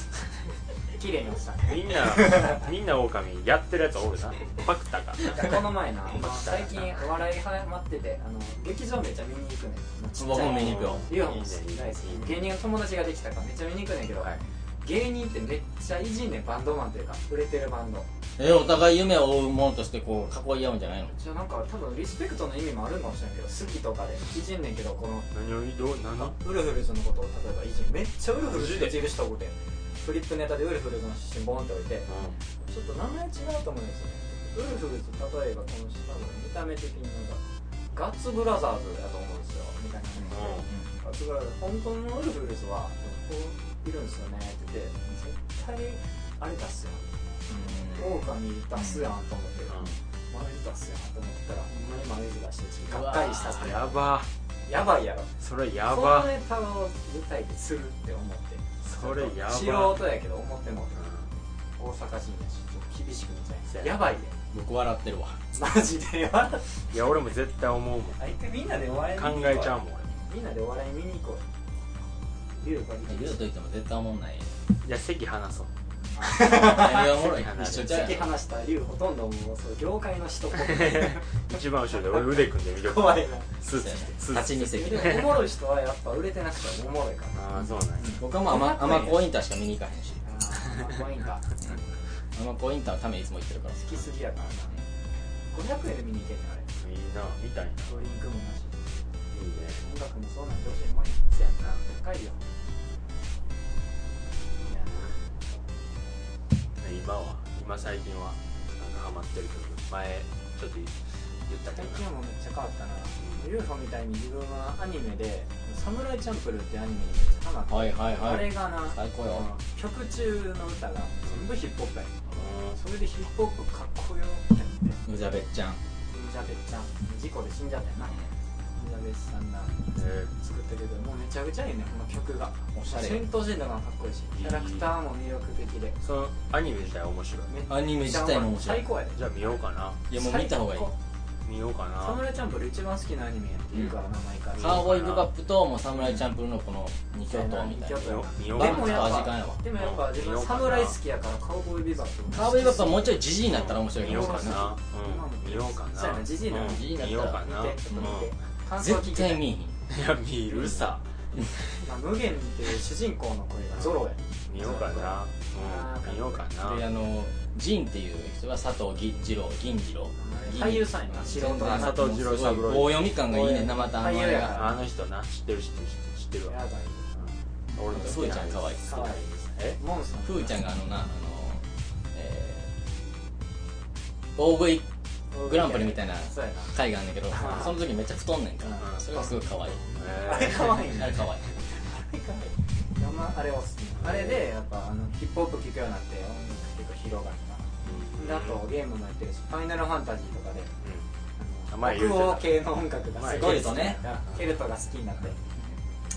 Speaker 4: 綺麗に落ちた
Speaker 3: みんな みんな狼やってるやつおるなパクタか
Speaker 4: この前な最近お笑いハマっててあの劇場めっちゃ見に行くねんちっちゃい
Speaker 2: 僕も見に行くよ
Speaker 4: リオも好き大好き芸人の友達ができたからめっちゃ見に行くねんけど、
Speaker 3: はい
Speaker 4: 芸人ってめっちゃいじんねんバンドマンというか売れてるバンド
Speaker 2: えお互い夢を追うものとしてこう囲い合うんじゃないの
Speaker 4: じゃあなんか多分リスペクトの意味もあるんかもしれないけど好きとかでいじんねんけどこの
Speaker 3: 何をどう何の
Speaker 4: ウルフルズのことを例えばいじんめっちゃウルフルズっている人おるでフリップネタでウルフルズの写真ボンって置いてちょっと名前違うと思うんですよねウルフルズ例えばこの下の見た目的になんかガッツブラザーズだと思うんですよみたいな感じで、ガッツブラザーズ本当のウルフルズはこういるんですよねって言って絶対あれ出すやんオオカミ出すやんと思ってマネージ出すやんと思ったらほんまにマネージ出してちょっとがっかりしたっ
Speaker 3: あ
Speaker 4: て
Speaker 3: やば
Speaker 4: やばいやろ
Speaker 3: それや
Speaker 4: この
Speaker 3: ば
Speaker 4: ネタを舞台でするって思って
Speaker 3: それやば
Speaker 4: 素人やけど思っても大阪人やしちょっと厳しく見ちゃうやばいで
Speaker 2: 僕笑ってるわ
Speaker 4: マジでやばい
Speaker 3: いや俺も絶対思うもん
Speaker 4: あ一回みんなでお笑い見
Speaker 3: 考
Speaker 4: に行こう
Speaker 3: えちゃうもん
Speaker 4: みんなでお笑い見に行こうよリュウが見
Speaker 2: 言うと言っても絶対おもんない よ
Speaker 3: 俺いや席離そう
Speaker 2: 何がお もろい一緒じゃ
Speaker 4: 席
Speaker 2: ん
Speaker 4: 話したリュウほとんどもうそう業界の人っ ぽ
Speaker 3: 一番後ろで俺腕組んで見る
Speaker 4: く怖いな
Speaker 3: スーツ着てスー
Speaker 2: 立
Speaker 3: ツ
Speaker 2: ち見席
Speaker 4: でもおもろい人はやっぱ売れてなくてもおもろいから
Speaker 3: ああそうなんや
Speaker 2: 僕はもう甘甘子インターしか見に行かへんし
Speaker 4: あーまあ怖いんか
Speaker 2: 甘子インターのためにいつも行ってるから
Speaker 4: 好きすぎやからな500円で見に行けんねんあれ
Speaker 3: いいなみたいな
Speaker 4: ドリンクもなし
Speaker 3: いいね
Speaker 4: 音楽もそうなんてほしいもんや
Speaker 3: せやな
Speaker 4: 高いよ
Speaker 3: 今は今最近はなんかハマってる曲前ちょっと言ったけ
Speaker 4: 最
Speaker 3: ど
Speaker 4: 近はもうめっちゃ変わったな UFO みたいに自分はアニメで「サムライチャンプルー」ってアニメにめっちゃハマって、
Speaker 2: はいはい
Speaker 4: あ
Speaker 2: は
Speaker 4: れ
Speaker 2: い
Speaker 4: がな
Speaker 2: 最高よ
Speaker 4: 曲中の歌が全部ヒップホップやねん
Speaker 3: う
Speaker 4: それでヒップホップかっこよってなって
Speaker 2: ムジャベッちゃん
Speaker 4: ムジャベちゃん事故で死んじゃったよなムジャベさん
Speaker 3: ん
Speaker 4: が
Speaker 3: え
Speaker 4: 作ったけどもうめちゃくちゃいいねこの曲が
Speaker 2: おしゃれ
Speaker 4: 戦闘シーンとかもかっこいいしキャラクターも魅力的で
Speaker 3: ーそのアニメ自体面白い
Speaker 4: めっちゃ
Speaker 2: アニメ自体も面白い
Speaker 4: 最高やで
Speaker 3: じゃあ見ようかない
Speaker 2: やもう見た方がいい
Speaker 4: 最
Speaker 3: 見ようか
Speaker 4: 高サム
Speaker 3: な
Speaker 4: ライチャンプルー一番好きなアニメやって言うからな毎回
Speaker 2: カーボーイブバップともうサムライチャンプルーのこの二巨頭みたいな
Speaker 3: 見よう見よう
Speaker 2: バ
Speaker 4: で
Speaker 2: ッ
Speaker 4: も
Speaker 2: プと
Speaker 4: や
Speaker 2: ア
Speaker 4: っ
Speaker 2: ジ
Speaker 4: ぱ
Speaker 2: カンやわ
Speaker 4: でもやっぱ自分侍好きやからカウボーイビバップも
Speaker 2: カーボーイブバップはもうちょいジジイになったら面白い
Speaker 3: 見
Speaker 2: か
Speaker 3: よ
Speaker 2: も
Speaker 3: う
Speaker 2: しれ
Speaker 3: か
Speaker 2: ない
Speaker 3: なうん見ようかな
Speaker 4: そうやなジジイなの
Speaker 3: うん
Speaker 2: ジジイだ
Speaker 3: 見
Speaker 2: った
Speaker 3: よう
Speaker 2: ら
Speaker 3: かな
Speaker 4: 見てちょっと見て感想聞
Speaker 2: 絶
Speaker 4: きた
Speaker 2: 対
Speaker 4: い、
Speaker 3: う
Speaker 2: 見
Speaker 3: んいや見るさ
Speaker 4: まあ、無限っていう主人公の声がゾロや
Speaker 3: 見ようかな
Speaker 4: あ
Speaker 3: う
Speaker 4: ー
Speaker 3: ん見ようか
Speaker 2: えへんで
Speaker 3: な
Speaker 2: あの仁っていう人が佐藤義次郎銀次郎銀
Speaker 4: 俳優さんやな素人
Speaker 2: あ
Speaker 4: な
Speaker 3: 佐藤二郎
Speaker 2: すごい
Speaker 3: 三郎
Speaker 2: 棒読み感がいいねんなまたあの
Speaker 4: 俳優
Speaker 2: 映
Speaker 4: や
Speaker 2: 画
Speaker 4: か
Speaker 3: あの人な知ってる知ってる知ってる知ってる
Speaker 4: や
Speaker 3: わ
Speaker 4: ばい
Speaker 3: 俺の
Speaker 2: すごいちゃん可愛い
Speaker 4: かわいいですね
Speaker 3: え
Speaker 4: モンさん
Speaker 2: ふーちゃんがあのなあの、えー、大食いグランプリみたいな
Speaker 4: そうやな
Speaker 2: 回があんねんけど
Speaker 4: ー
Speaker 2: その時めっちゃ太んねんか
Speaker 3: うん
Speaker 2: らそれがすごい可愛い
Speaker 3: えー
Speaker 4: あれかわいい
Speaker 2: あ
Speaker 4: な
Speaker 2: れ可愛い
Speaker 4: 生あれを好きなあれでやっぱあのヒップホップ聴くようになって音楽結構広が ったあとゲームもやってるし「ファイナルファンタジー」とかであの
Speaker 3: 前言うて
Speaker 4: 北
Speaker 3: た
Speaker 4: 欧系の音楽がすごい好きにな
Speaker 2: 前言
Speaker 4: っ
Speaker 2: う
Speaker 4: たケルトが好きになって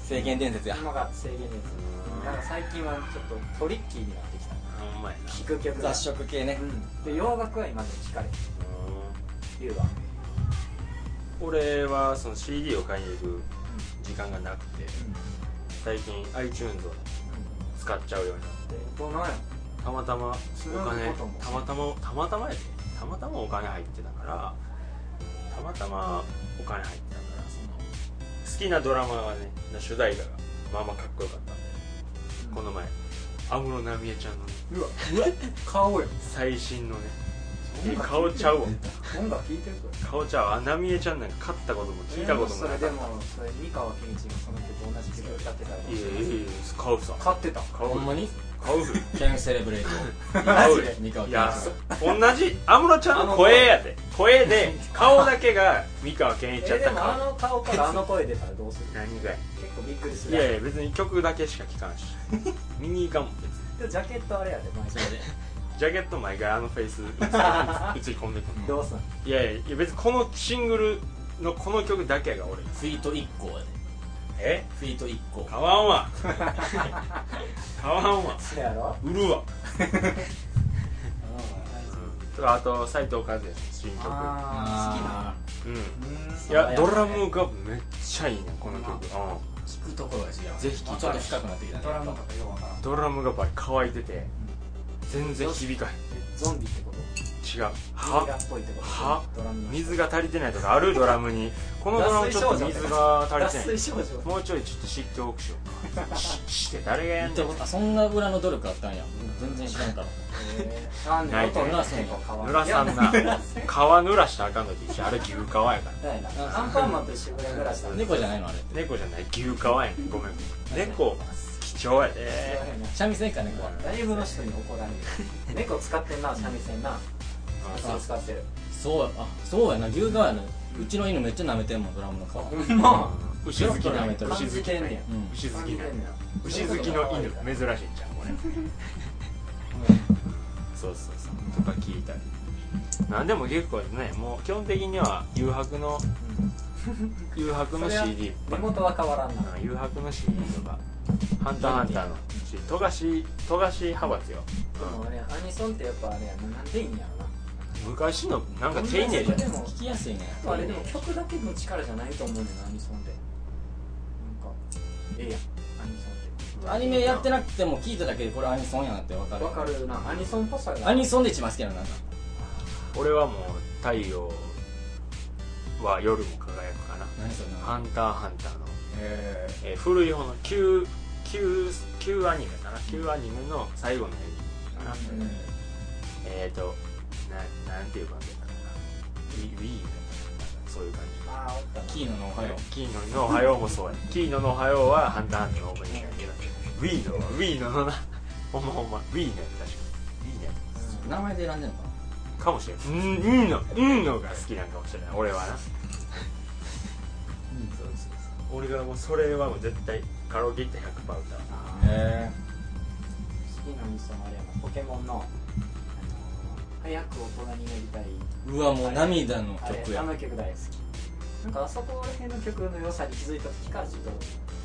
Speaker 2: 聖剣伝説や
Speaker 4: 今が制限ですなんか最近はちょっとトリッキーになってきた
Speaker 3: うんうまいな
Speaker 4: 聴く曲が
Speaker 2: 雑食系ね
Speaker 4: うんで洋楽は今でも聞かれてるいうわ
Speaker 3: 俺はその CD を買いに行く時間がなくて最近 iTunes を使っちゃうようになって
Speaker 4: でどうなんや
Speaker 3: たまたまお金
Speaker 4: そういうことも
Speaker 3: たまたまたまたまやでたまたまお金入ってたからたまたまお金入ってたからその好きなドラマがね主題歌がまあまあかっこよかったんで、
Speaker 4: うん
Speaker 3: この前安室奈美恵ちゃんのね
Speaker 4: うわうわ顔よ
Speaker 3: 最新のね
Speaker 4: そんな
Speaker 3: 顔ちゃうわ
Speaker 4: 音楽聴いてるこれ
Speaker 3: 顔ちゃうわ奈美恵ちゃんなんか勝ったことも聞いたこともない
Speaker 4: それでもそれ三河健一がその曲同じ曲歌ってたら
Speaker 3: いやいやいや買うさ
Speaker 4: 買ってた
Speaker 3: 買う
Speaker 2: ほんまに
Speaker 3: 買う
Speaker 2: キャンセレブレイト
Speaker 3: 買う
Speaker 2: 三河
Speaker 3: い
Speaker 2: 健
Speaker 3: や
Speaker 2: 一
Speaker 3: そ同じ安室ちゃんの声やで声で顔だけが三河健一や
Speaker 4: え
Speaker 3: ったら
Speaker 4: でもあ
Speaker 3: 顔
Speaker 4: の顔からあの声出たらどうする
Speaker 3: 何がや
Speaker 4: 結構びっくりす
Speaker 3: い
Speaker 4: る
Speaker 3: やいや別に曲だけしか聴かん し見に行かんもん別に
Speaker 4: でもジャケットあれやで毎
Speaker 2: そ
Speaker 4: 週
Speaker 2: れで
Speaker 3: ジャケット毎回あのフェイス映り込 んでくる
Speaker 4: どうすん
Speaker 3: いやいやいや別にこのシングルのこの曲だけが俺
Speaker 2: ツイート1個やで
Speaker 3: え
Speaker 2: ツイート1個
Speaker 3: 買わん わ買わんわ
Speaker 4: そやろ
Speaker 3: 売るわとかあと斎藤和也の新曲
Speaker 4: あ
Speaker 3: うん
Speaker 4: ー好きな
Speaker 3: いうや
Speaker 2: ん
Speaker 3: ドラムがめっちゃいいねこの曲、
Speaker 2: 聞くところが違う
Speaker 3: ぜひ聞いて
Speaker 2: ちょっと深くなってきたね
Speaker 4: ドラムとかようわから
Speaker 3: うんんドラムがばり乾いてて全然響かへん
Speaker 4: ゾンビってこと
Speaker 3: 違う
Speaker 4: 映画
Speaker 3: は
Speaker 4: っぽいってこと
Speaker 3: は
Speaker 4: ドラムの
Speaker 3: 水が足りてないとかあるドラムにこのドラムちょっと水が足り
Speaker 4: 脱
Speaker 3: てない
Speaker 4: 水症状
Speaker 3: もうちょいちょっと湿気多くしようかしして誰がやんの
Speaker 2: あそんな裏の努力あったんや全然知らんから
Speaker 4: えーなんで
Speaker 3: ない
Speaker 4: 音が結構変わ
Speaker 3: 濡らさんな皮濡らしたらあかんのって一緒あれ牛皮やから
Speaker 4: アンパンマンと一緒ぐらいぐらいしたら
Speaker 2: 猫じゃないのあれ
Speaker 3: 猫じゃない牛皮やんごめん猫貴重やで
Speaker 2: 三味線か猫は
Speaker 4: だいぶの人に怒られる猫使ってんな三味線な
Speaker 2: そう
Speaker 4: 使ってる
Speaker 2: そうやあそうやな牛側やなうちの犬めっちゃ舐めてんもんドラムの皮
Speaker 4: ほんま
Speaker 3: 牛好きな
Speaker 2: 感
Speaker 4: 感
Speaker 3: 牛
Speaker 4: じ
Speaker 3: 好き
Speaker 4: てん
Speaker 3: な
Speaker 4: ねや
Speaker 2: うん
Speaker 3: 牛好きな
Speaker 4: 感じてんねや
Speaker 3: 牛好きの犬珍しいんちゃう俺そうそうそうとか聞いたりなんでも結構ねもう基本的には誘白の誘白の CD ばっか
Speaker 4: 根
Speaker 3: り
Speaker 4: 元は変わらんな
Speaker 3: あの誘白の CD とか「ハンターハンター」の富樫富樫派閥よ、
Speaker 4: でもねアニソンってやっぱあれやななんでいいんやろな
Speaker 3: 昔のなんか丁寧じゃん
Speaker 4: でも
Speaker 2: 聞きやすいね
Speaker 4: あれでも曲だけの力じゃないと思うねんなアニソンってなんかええやんアニソンっ
Speaker 2: アニメやってなくても聞いただけでこれアニソンやなってわか
Speaker 4: て
Speaker 2: る
Speaker 4: わかるなアニソンっぽさが
Speaker 2: アニソンで一番好きやななんか
Speaker 3: 俺はもう太陽は夜も輝くかな
Speaker 2: 何それ
Speaker 3: 「
Speaker 2: な
Speaker 3: ハンターハンターの」
Speaker 2: え
Speaker 3: えー古い方の旧旧旧アニメかな旧アニメの最後の映画かな、
Speaker 2: ー
Speaker 3: えっ、ー、とななんていうバンドやったかなウィウィーンだったかななんかそういう感じ
Speaker 4: ああおったな
Speaker 2: キーノのおはよ
Speaker 3: キーノの「おはよう」もそうやキーノの「おはよう」は「ハンターハンター」のオープニングやけどウィーノはウィーノのなほんまほんまウィーノやった確かウィーノやった
Speaker 2: う名前で選んでんのか
Speaker 3: かもしれないうんうんのうんのが好きなんかもしれない俺はなそうそうそう俺がもうそれはもう絶対カラオケ行ったら100%歌う
Speaker 4: あ
Speaker 2: な
Speaker 4: ー
Speaker 2: え
Speaker 4: 好きなアニソンあれやなポケモンのあのー早く大人になりたいう
Speaker 2: わもう涙の
Speaker 4: あ
Speaker 2: 曲
Speaker 4: れあ
Speaker 2: や
Speaker 4: の曲大好きなんかあそこら辺の曲の良さに気づいた時からちょっと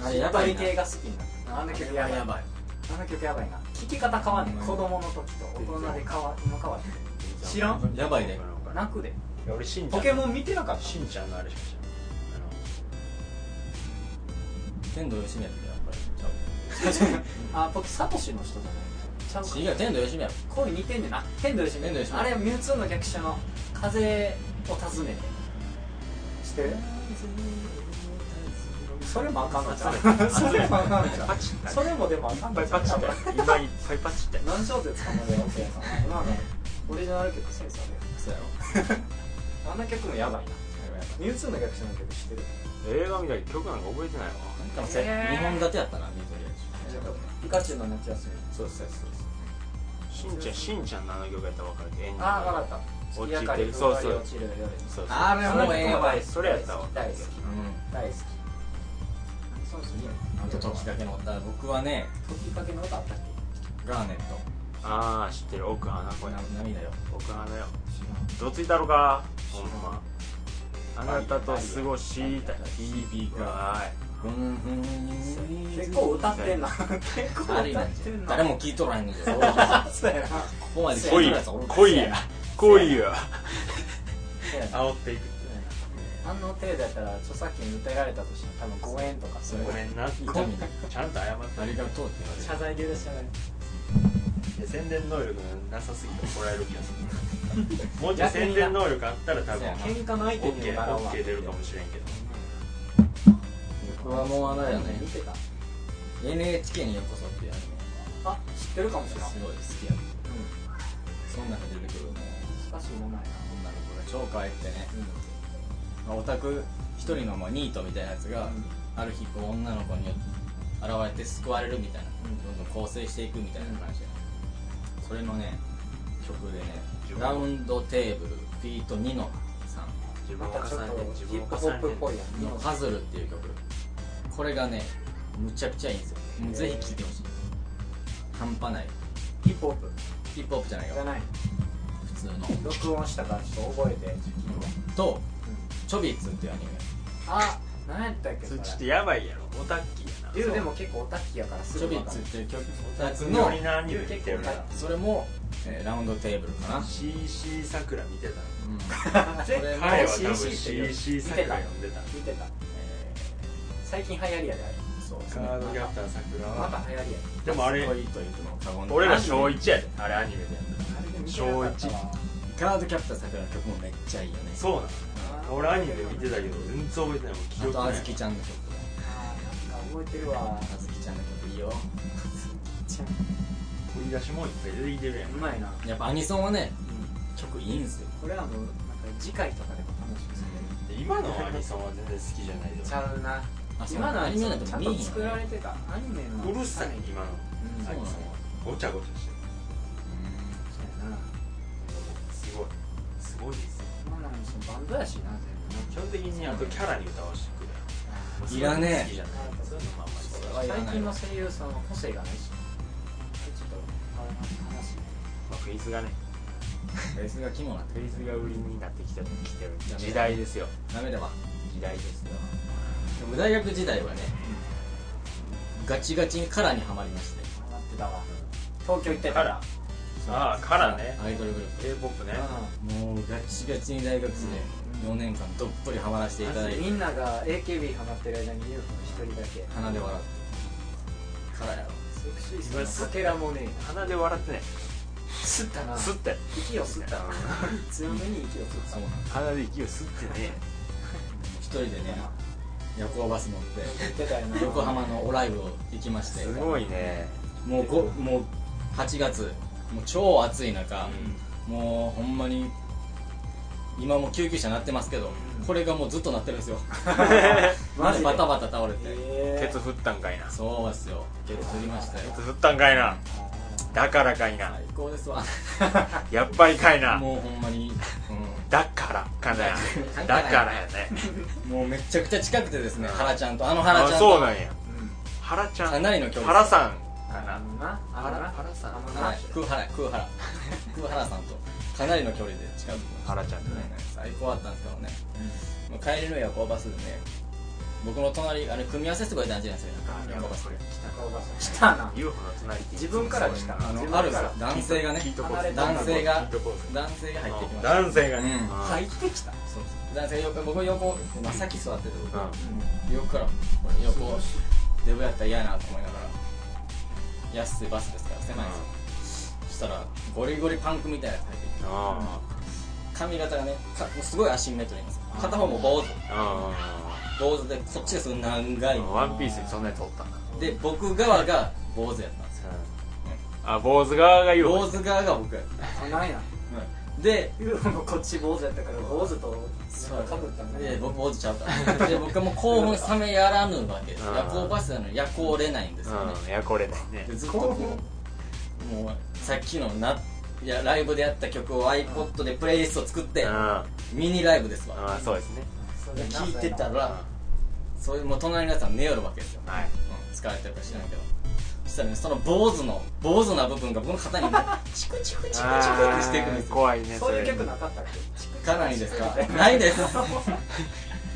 Speaker 2: あれやばいな
Speaker 4: 系が好きになったあの曲やばい
Speaker 2: い
Speaker 4: あの曲やばいな聴き方変わんねん子供の時と大人で変わも変わってる知らん
Speaker 2: やばいね
Speaker 4: 泣くで
Speaker 3: いや俺しんちゃん
Speaker 4: ポケモン見てなかった
Speaker 3: しんちゃんのあれしか知らない
Speaker 2: 天童よしみやったっけやっぱりちゃ
Speaker 4: あ僕サトシの人じゃないちゃうか
Speaker 2: う違う天童よしみやろ
Speaker 4: 声似てんねんな天童よしみ
Speaker 2: 天童よしみ
Speaker 4: あれミュウツーの逆者の「風を訪ねて」知ってるそれもあかんのちゃう それもあかんのち
Speaker 3: あの
Speaker 4: ゃう
Speaker 3: パチったいっ
Speaker 4: それもでもあかん
Speaker 3: ぱ
Speaker 4: の
Speaker 3: い
Speaker 4: ちゃ
Speaker 3: パ
Speaker 4: う
Speaker 3: チったよ今いっぱいパチったよ
Speaker 4: 何小節かまで OK やから今のオリジナル曲センス
Speaker 2: そうやろ
Speaker 4: あるよあんな曲もやばい
Speaker 2: や
Speaker 4: な
Speaker 2: ばいやば
Speaker 4: ミュウツーの役者の曲知ってる
Speaker 3: 映画みたいに曲なんか覚えてないわ
Speaker 2: いなんかせ
Speaker 4: え
Speaker 2: 日
Speaker 4: ー
Speaker 2: 本立てやったな見とりあえず
Speaker 4: ピカチュウの夏休み
Speaker 2: そうそうそう
Speaker 3: しんちゃんしんちゃんのあの曲やったら分かるけどエンディング
Speaker 4: ああ分かった
Speaker 3: 落ちてる
Speaker 4: 月明かり
Speaker 3: そうそう
Speaker 4: ふわり落ちる夜
Speaker 3: そうそう
Speaker 2: あれもうええわ
Speaker 3: それやったわ
Speaker 4: 大好き
Speaker 2: うん
Speaker 4: 大好きそうですね
Speaker 2: あと時だけの歌僕はね
Speaker 4: 時かけの歌あったっ
Speaker 2: ガーネット
Speaker 3: ああ知ってる奥花子
Speaker 2: これ
Speaker 3: や
Speaker 2: 涙よ
Speaker 3: 奥花よどついたろかほんまあなたと過ごしたい
Speaker 2: 響が
Speaker 3: は
Speaker 4: け結構歌ってんな結構
Speaker 2: 誰
Speaker 4: 歌ってんな
Speaker 2: 誰も聞いとらへんねん けどこ
Speaker 4: そうやな
Speaker 2: こまで聞い
Speaker 3: い
Speaker 2: と
Speaker 3: 来
Speaker 2: ら
Speaker 3: い
Speaker 2: へん
Speaker 3: や
Speaker 2: やつおるから
Speaker 3: 来いや来いや
Speaker 5: 煽っていく
Speaker 4: あの程度やったら著作権訴えられたとしても多分5円とかする
Speaker 3: ごめんなち
Speaker 2: 痛みに
Speaker 3: ゃんと謝っ
Speaker 2: ありがとうって言われる
Speaker 4: 謝罪で許してない
Speaker 3: て宣伝能力がなさすぎて怒られる気がするもうちょい宣伝能力あったら多分
Speaker 2: そう
Speaker 4: 喧嘩の相手にもならんわ
Speaker 3: OKOK 出るかもしれんけど
Speaker 2: 僕はもうあれやね
Speaker 4: 見てた
Speaker 2: NHK にようこそっていうアニ
Speaker 4: あ知ってるかもし
Speaker 2: メ
Speaker 4: れ
Speaker 2: が
Speaker 4: ない
Speaker 2: すごい好きやったそん中出てくるもう
Speaker 4: 難しい名前やな
Speaker 2: 女の子が超可愛くてねまあオタク一人のまあニートみたいなやつがある日こう女の子に現れて救われるみたいな
Speaker 4: うん
Speaker 2: どんどん構成していくみたいな話でそれのね曲でね
Speaker 3: 自
Speaker 2: 「
Speaker 3: 分
Speaker 2: ラウンドテーブルフィートニノさん」
Speaker 3: 自
Speaker 4: ま
Speaker 3: 分を
Speaker 4: たちょっ
Speaker 3: 重ねて
Speaker 4: と
Speaker 3: 自
Speaker 4: ヒ
Speaker 3: 分
Speaker 4: ッ
Speaker 3: を
Speaker 4: プホ
Speaker 3: 重
Speaker 4: ップっぽ
Speaker 3: ね
Speaker 4: いやん
Speaker 2: の「パズル」っていう曲これがねむちゃくちゃいいんですよもうぜひ聴いてほしい半端ない
Speaker 4: ヒップホップ
Speaker 2: ヒップホップじゃない
Speaker 4: じゃ
Speaker 2: よ
Speaker 4: ない
Speaker 2: 普通の
Speaker 4: 録音したからちょっと覚えて
Speaker 2: と「チョビッツ」っていうアニメ
Speaker 4: あ何やったっけ
Speaker 3: てそれちょっ
Speaker 4: そ
Speaker 3: と
Speaker 4: れ
Speaker 3: やばいやろオタッキーやな
Speaker 4: ゆうでも結構オタッキーやか
Speaker 2: 「
Speaker 4: ら
Speaker 2: チ
Speaker 4: す
Speaker 2: ョ
Speaker 4: ぐ
Speaker 2: ビ
Speaker 4: 分
Speaker 2: ッ
Speaker 4: か
Speaker 2: ツ」
Speaker 4: る
Speaker 2: っていう曲
Speaker 3: オ
Speaker 2: や
Speaker 3: タ
Speaker 2: つ
Speaker 3: ク
Speaker 2: の
Speaker 3: のりなアニメ見てるな
Speaker 2: それも、えーラウンドテーブルかな、
Speaker 3: CC さくら見てた
Speaker 2: それも、
Speaker 4: あ
Speaker 3: 彼は多分
Speaker 4: CC って
Speaker 3: CC さくら読んでた
Speaker 4: 見てた
Speaker 2: え
Speaker 4: 最近流行りやであれ
Speaker 2: ーそうです
Speaker 3: カ
Speaker 2: ね
Speaker 3: ードキャプターさくら
Speaker 4: ま
Speaker 3: は
Speaker 4: た流行りや
Speaker 3: でもあ
Speaker 2: か
Speaker 3: れ
Speaker 2: っこいいと言っても過言では
Speaker 3: 俺ら
Speaker 2: ない
Speaker 3: 小1やであれアニメでやって
Speaker 4: あれで見てなかったわ
Speaker 2: カードキャプターさくらの曲もめっちゃいいよね
Speaker 3: たそうなの
Speaker 4: あー
Speaker 3: 俺アニメ見てたけど全然覚えてないもん記
Speaker 2: あ
Speaker 3: 憶な
Speaker 2: とあ
Speaker 3: い
Speaker 2: ずきちゃんの曲
Speaker 4: あーなんか覚えてるわ
Speaker 2: あずきちゃんの曲いいよ
Speaker 3: 振り出しもいっぱい出てきてるやん
Speaker 4: うまいな
Speaker 2: やっぱアニソンはね曲いいんですよ
Speaker 4: これはもうなんか次回とかでも楽しみですね
Speaker 3: 今のアニソンは全然好きじゃないよ
Speaker 4: ちゃうな
Speaker 2: あそう
Speaker 4: 今のアニメだと
Speaker 2: ち
Speaker 4: ち
Speaker 2: ゃ
Speaker 4: ゃ
Speaker 2: ん
Speaker 4: ん
Speaker 2: と
Speaker 4: と
Speaker 2: 作
Speaker 4: 作
Speaker 2: ら
Speaker 4: ら
Speaker 2: れ
Speaker 4: れてたアニメの
Speaker 3: うるさい
Speaker 4: うん
Speaker 3: 今のア
Speaker 4: そうだ
Speaker 3: ニ
Speaker 4: な
Speaker 3: ソンはごちゃごちゃしてるすごいすごいですよ
Speaker 4: 今のアニソンバンドやしな全
Speaker 3: 基本的にあとキャラに歌わしてくれ
Speaker 4: 部
Speaker 2: いらねえ
Speaker 3: 好きじゃないそういうのもあんまり
Speaker 2: それ
Speaker 3: ま
Speaker 2: は
Speaker 4: ない
Speaker 2: ら
Speaker 4: 最
Speaker 2: ない
Speaker 4: 近の
Speaker 2: わ
Speaker 4: 声優さんは個性がないしちょっとあれの話
Speaker 3: あフェイスがね
Speaker 2: ベースが肝になって
Speaker 3: フェ
Speaker 2: くる
Speaker 3: イスが売りになってきてるきてる時代ですよ
Speaker 2: ダメだわ
Speaker 3: 時代ですよ
Speaker 2: でも大学時代はねガチガチにカラーにはまりまして
Speaker 4: 上がってたわ東京行って
Speaker 3: カ
Speaker 4: た
Speaker 3: ラああカラーね
Speaker 2: アイドルグループ
Speaker 3: k p o p ね
Speaker 2: もうガチガチに大学生4年間どっぷりハマらせていただい
Speaker 4: うん
Speaker 2: て
Speaker 4: みんなが AKB ハマってる間にユウくん一人だけ
Speaker 2: 鼻で笑ってからやろ
Speaker 4: セクシーさんのかけらもね
Speaker 3: 鼻で笑ってね
Speaker 4: 吸ったな
Speaker 3: 吸って
Speaker 4: 息を吸ったな強めに息を吸っ
Speaker 2: そ
Speaker 4: た
Speaker 2: うなん
Speaker 3: 鼻で息を吸ってね
Speaker 2: 一人でね夜行バス乗っ
Speaker 4: 言ってたよな
Speaker 2: て横浜のオライブを行きまして
Speaker 3: すごいね
Speaker 2: もうごもう8月もう超暑い中、もうほんまに今もう救急車鳴ってますけど、これがもうずっと鳴ってるんですよ
Speaker 4: マジで
Speaker 2: バタバタ倒れて、
Speaker 3: ケ
Speaker 4: え
Speaker 3: ツ振ったんかいな
Speaker 2: そうですよゲットりましたよ
Speaker 3: ケツ振ったんかいなだからかいな
Speaker 2: 最高ですわ
Speaker 3: やっぱりかいな
Speaker 2: もうほんまに、
Speaker 3: だからかな
Speaker 2: 関係ない
Speaker 3: だからやね
Speaker 2: うん、もうめちゃくちゃ近くてですね原ちゃんとあの原ちゃん
Speaker 3: あ
Speaker 2: と
Speaker 3: そうなんや
Speaker 4: ー
Speaker 3: 原ちゃ
Speaker 2: か
Speaker 3: ん
Speaker 2: なりの距離
Speaker 3: 原さんか
Speaker 4: あ
Speaker 3: な
Speaker 4: のなあのな
Speaker 3: 原さん
Speaker 4: あのな
Speaker 2: はい、空原空原空原さんとかなりの距離で近くま
Speaker 3: 原ちゃんと
Speaker 2: した
Speaker 3: ね
Speaker 2: ね最高だったんですけどね、もう帰りの夜行バスでね僕の隣あれ組み合わせすごい大事なんですよ夜行バスで
Speaker 4: 来たな
Speaker 3: UFO の隣って
Speaker 4: 自分から来た
Speaker 2: あ
Speaker 4: 自分
Speaker 2: の
Speaker 4: か
Speaker 2: あるんですよ
Speaker 4: ら
Speaker 2: 男性がね
Speaker 3: 聞いとこ
Speaker 4: 離れ
Speaker 3: う
Speaker 4: た
Speaker 2: 男性が
Speaker 3: 聞いとこう
Speaker 2: 男性が入ってきました
Speaker 3: 男性がね
Speaker 2: うん
Speaker 4: 入ってきた
Speaker 2: そうそう男性が横僕横真っ先座ってて僕
Speaker 3: うん
Speaker 2: 横から横デブやったら嫌やなと思いながら安いバスですから狭いんですよ、そしたらゴリゴリパンクみたいなやつ入ってきて
Speaker 3: あ
Speaker 2: 髪型がねかもうすごいアシンメトリーなんですよ片方も坊主
Speaker 3: ああ
Speaker 2: 坊主でこっちがすごい長い
Speaker 3: あワンピースにそんなやつおったな
Speaker 2: で僕側が坊主やったんですよ
Speaker 3: あ坊主側が UFO
Speaker 2: 坊主側が僕やった
Speaker 4: あないな
Speaker 2: で
Speaker 4: ユーロもこっち坊主やったから坊主となんかぶったんだ
Speaker 2: で
Speaker 4: ね
Speaker 2: 僕落ちちゃったで僕はもう興奮冷めやらぬわけです夜行バスなのに夜行れないんですよね
Speaker 3: うん、いやこれないね
Speaker 2: でずっとこうもうさっきのないやライブでやった曲を iPod でプレイリストを作って
Speaker 3: うんあ
Speaker 2: ミニライブですわ
Speaker 3: あそうですね
Speaker 4: そう
Speaker 2: で
Speaker 4: やな
Speaker 2: 聞いてた
Speaker 4: そうや
Speaker 2: らそういうもう隣のやつは寝よるわけですよ、
Speaker 3: はい
Speaker 2: うん疲れてるか知らんけどそしたらねその坊主の坊主な部分が僕の肩にねチクチクチクチクってしていくんですよ
Speaker 3: 怖いね
Speaker 4: なそういう曲
Speaker 3: な
Speaker 4: なかったっけ
Speaker 2: かないですかないです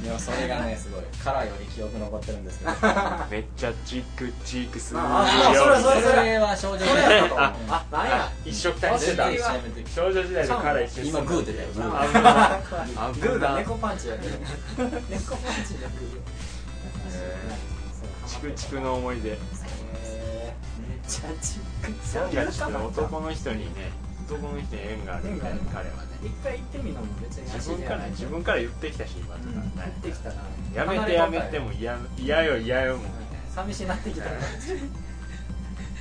Speaker 2: でもそれがねすごいカラーより記憶残ってるんですけど
Speaker 3: めっちゃチクチクするよ
Speaker 4: ああそれそれ
Speaker 2: それは少女時代だと思う
Speaker 4: あなんや
Speaker 3: 一緒くたにしてた
Speaker 2: 全然調べて
Speaker 3: 少女時代のカラー一緒に
Speaker 2: 今グー出たよグー
Speaker 3: ー
Speaker 4: グーが猫パンチやね猫パンチじゃ
Speaker 3: チクチクの思い出
Speaker 4: めっちゃチク
Speaker 3: なんかちょっと男の人にね男の人に縁があるみたいな彼はね
Speaker 4: 一回行ってみるのも別に
Speaker 3: 自分から自分から言ってきたし今とか、
Speaker 4: うん行ってきたな
Speaker 3: やめてやめても嫌嫌よ嫌よもう
Speaker 4: 寂しいなってきたな
Speaker 2: い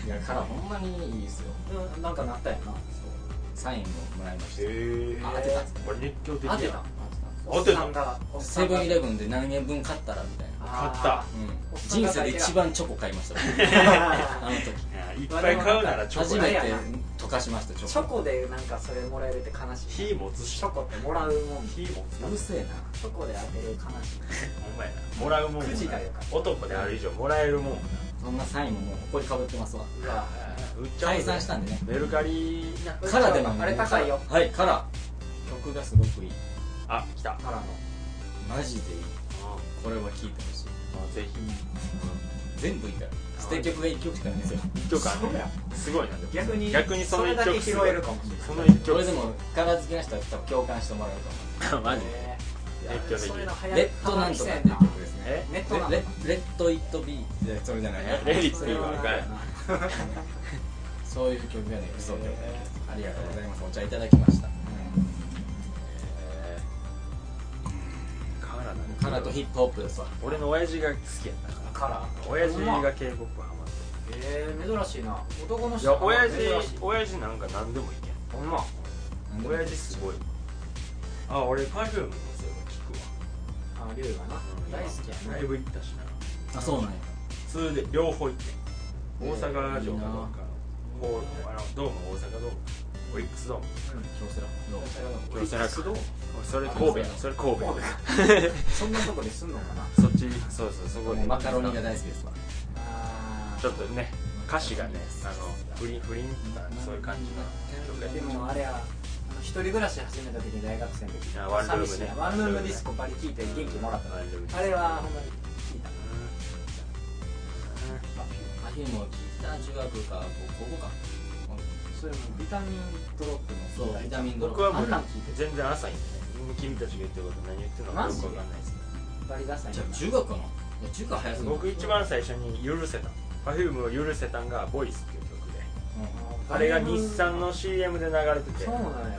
Speaker 2: やカラーほんまにいいですよ
Speaker 4: うんなんかなったやな
Speaker 2: サインももらいました
Speaker 3: へえ
Speaker 4: あ当てた
Speaker 3: これ熱狂的
Speaker 4: 当て
Speaker 3: や
Speaker 4: た
Speaker 3: な
Speaker 4: おっさんがおっさ
Speaker 2: セ
Speaker 4: んが
Speaker 2: ブンイレブンで何円分買ったらみたいな、
Speaker 4: あー
Speaker 3: 買った
Speaker 2: うん
Speaker 4: おっ
Speaker 2: 人
Speaker 4: さんが
Speaker 2: 生で一番チョコ買いました僕あの時
Speaker 3: いっぱい買うならチョコ
Speaker 2: 初
Speaker 3: や
Speaker 2: めて溶かしましたチ
Speaker 4: チ
Speaker 2: ョ
Speaker 4: ョ
Speaker 2: コ
Speaker 4: コでなんかそれもらえるって悲しい
Speaker 3: 火持つし
Speaker 4: チョコってもらうもんチ
Speaker 3: 火持つ
Speaker 2: うるせえな
Speaker 4: ョコで当てる悲しい
Speaker 3: お前なもらうもんもな
Speaker 4: くじだよ
Speaker 3: 男である以上もらえるもんも
Speaker 2: そんなサインももう埃かぶってますわ
Speaker 4: うわ
Speaker 3: な売っちゃう
Speaker 2: 解散したんでね
Speaker 3: メルカリな
Speaker 4: うん
Speaker 2: カラーでも
Speaker 4: あれ高いよ
Speaker 2: はいカラー曲がすごくいい
Speaker 3: あ来た
Speaker 4: からの
Speaker 2: マジでいいこれは聴いてほしい
Speaker 3: あぜ
Speaker 2: 全部いいから捨て曲が1曲しかないんですよ
Speaker 3: ひ一曲あるねすごいなでも
Speaker 4: 逆に
Speaker 3: 逆にその
Speaker 4: れ
Speaker 3: 一
Speaker 4: だけ
Speaker 3: 曲
Speaker 4: 拾
Speaker 3: すごい
Speaker 4: えるかもしれない
Speaker 3: その一
Speaker 2: こ
Speaker 3: 曲
Speaker 2: れでもカラー好きな人は多分共感してもらえると 思
Speaker 3: マジ
Speaker 4: え
Speaker 3: 熱狂
Speaker 4: ー
Speaker 3: 的
Speaker 4: それの流
Speaker 2: う
Speaker 4: 行り
Speaker 2: レッドなんとかっていう曲ですね
Speaker 3: え
Speaker 4: ネットなん
Speaker 2: レレレッド・イット・ビーってそれじゃない
Speaker 3: レディっていうわかる
Speaker 2: そういう曲がねクソ曲でありがとうございますお茶いただきました
Speaker 3: カラーだね
Speaker 2: カラーとヒップホップですわ
Speaker 3: 俺の親父が好きやったから
Speaker 4: カラー
Speaker 3: 親父
Speaker 4: ほんま
Speaker 3: が K-POP ハマって
Speaker 4: えー珍しいな男の
Speaker 3: い
Speaker 4: 人
Speaker 3: や親
Speaker 4: 珍し
Speaker 3: 父親父なんか何でもいけん
Speaker 4: ほんま
Speaker 2: なんでも
Speaker 3: 親父すごいあ俺パフュームのせいは聞くわ
Speaker 4: あ龍がな大好きや
Speaker 3: ラ
Speaker 4: な
Speaker 3: イブ行ったしな
Speaker 2: あそうなんや
Speaker 3: 2で両方行って
Speaker 2: えー
Speaker 3: 大阪城かどうか
Speaker 4: いいな
Speaker 3: ホールあのドーム大阪ドームオリックスドーム
Speaker 2: 京セラの
Speaker 3: 京セラク
Speaker 4: どう
Speaker 3: それ神戸やそれ神戸
Speaker 4: そんなとこですんのかな
Speaker 3: そっちそうそうそこで
Speaker 2: マカロニが大好きですわ
Speaker 4: あ
Speaker 3: ちょっとね歌詞がねあのフリンフリンとかそういう感じの曲や
Speaker 4: ーでもあれやあの一人暮らし始めた時大学生の時
Speaker 3: あワンルームね
Speaker 4: 寂しいなワンルームディスコバリ聞いて元気もらった
Speaker 3: あれ
Speaker 4: あれはほんまに聞いた
Speaker 2: アヒも聞いた中学か高校か
Speaker 4: それもビタミンドロップの
Speaker 2: そうビタミンドロッ
Speaker 3: 僕は
Speaker 2: プ
Speaker 3: も
Speaker 4: あ
Speaker 3: うん
Speaker 4: なん聞いて
Speaker 3: 全然浅いんでね君たちが言ってること何言ってるのかよくわかんないです
Speaker 4: バリ出さない
Speaker 2: じゃあ中学かないや中学早すぎる
Speaker 3: 僕一番最初に許せた Perfume を許せたんが「ボイスっていう曲であれが日産の CM で流れてて
Speaker 4: そう
Speaker 3: あ
Speaker 4: なんや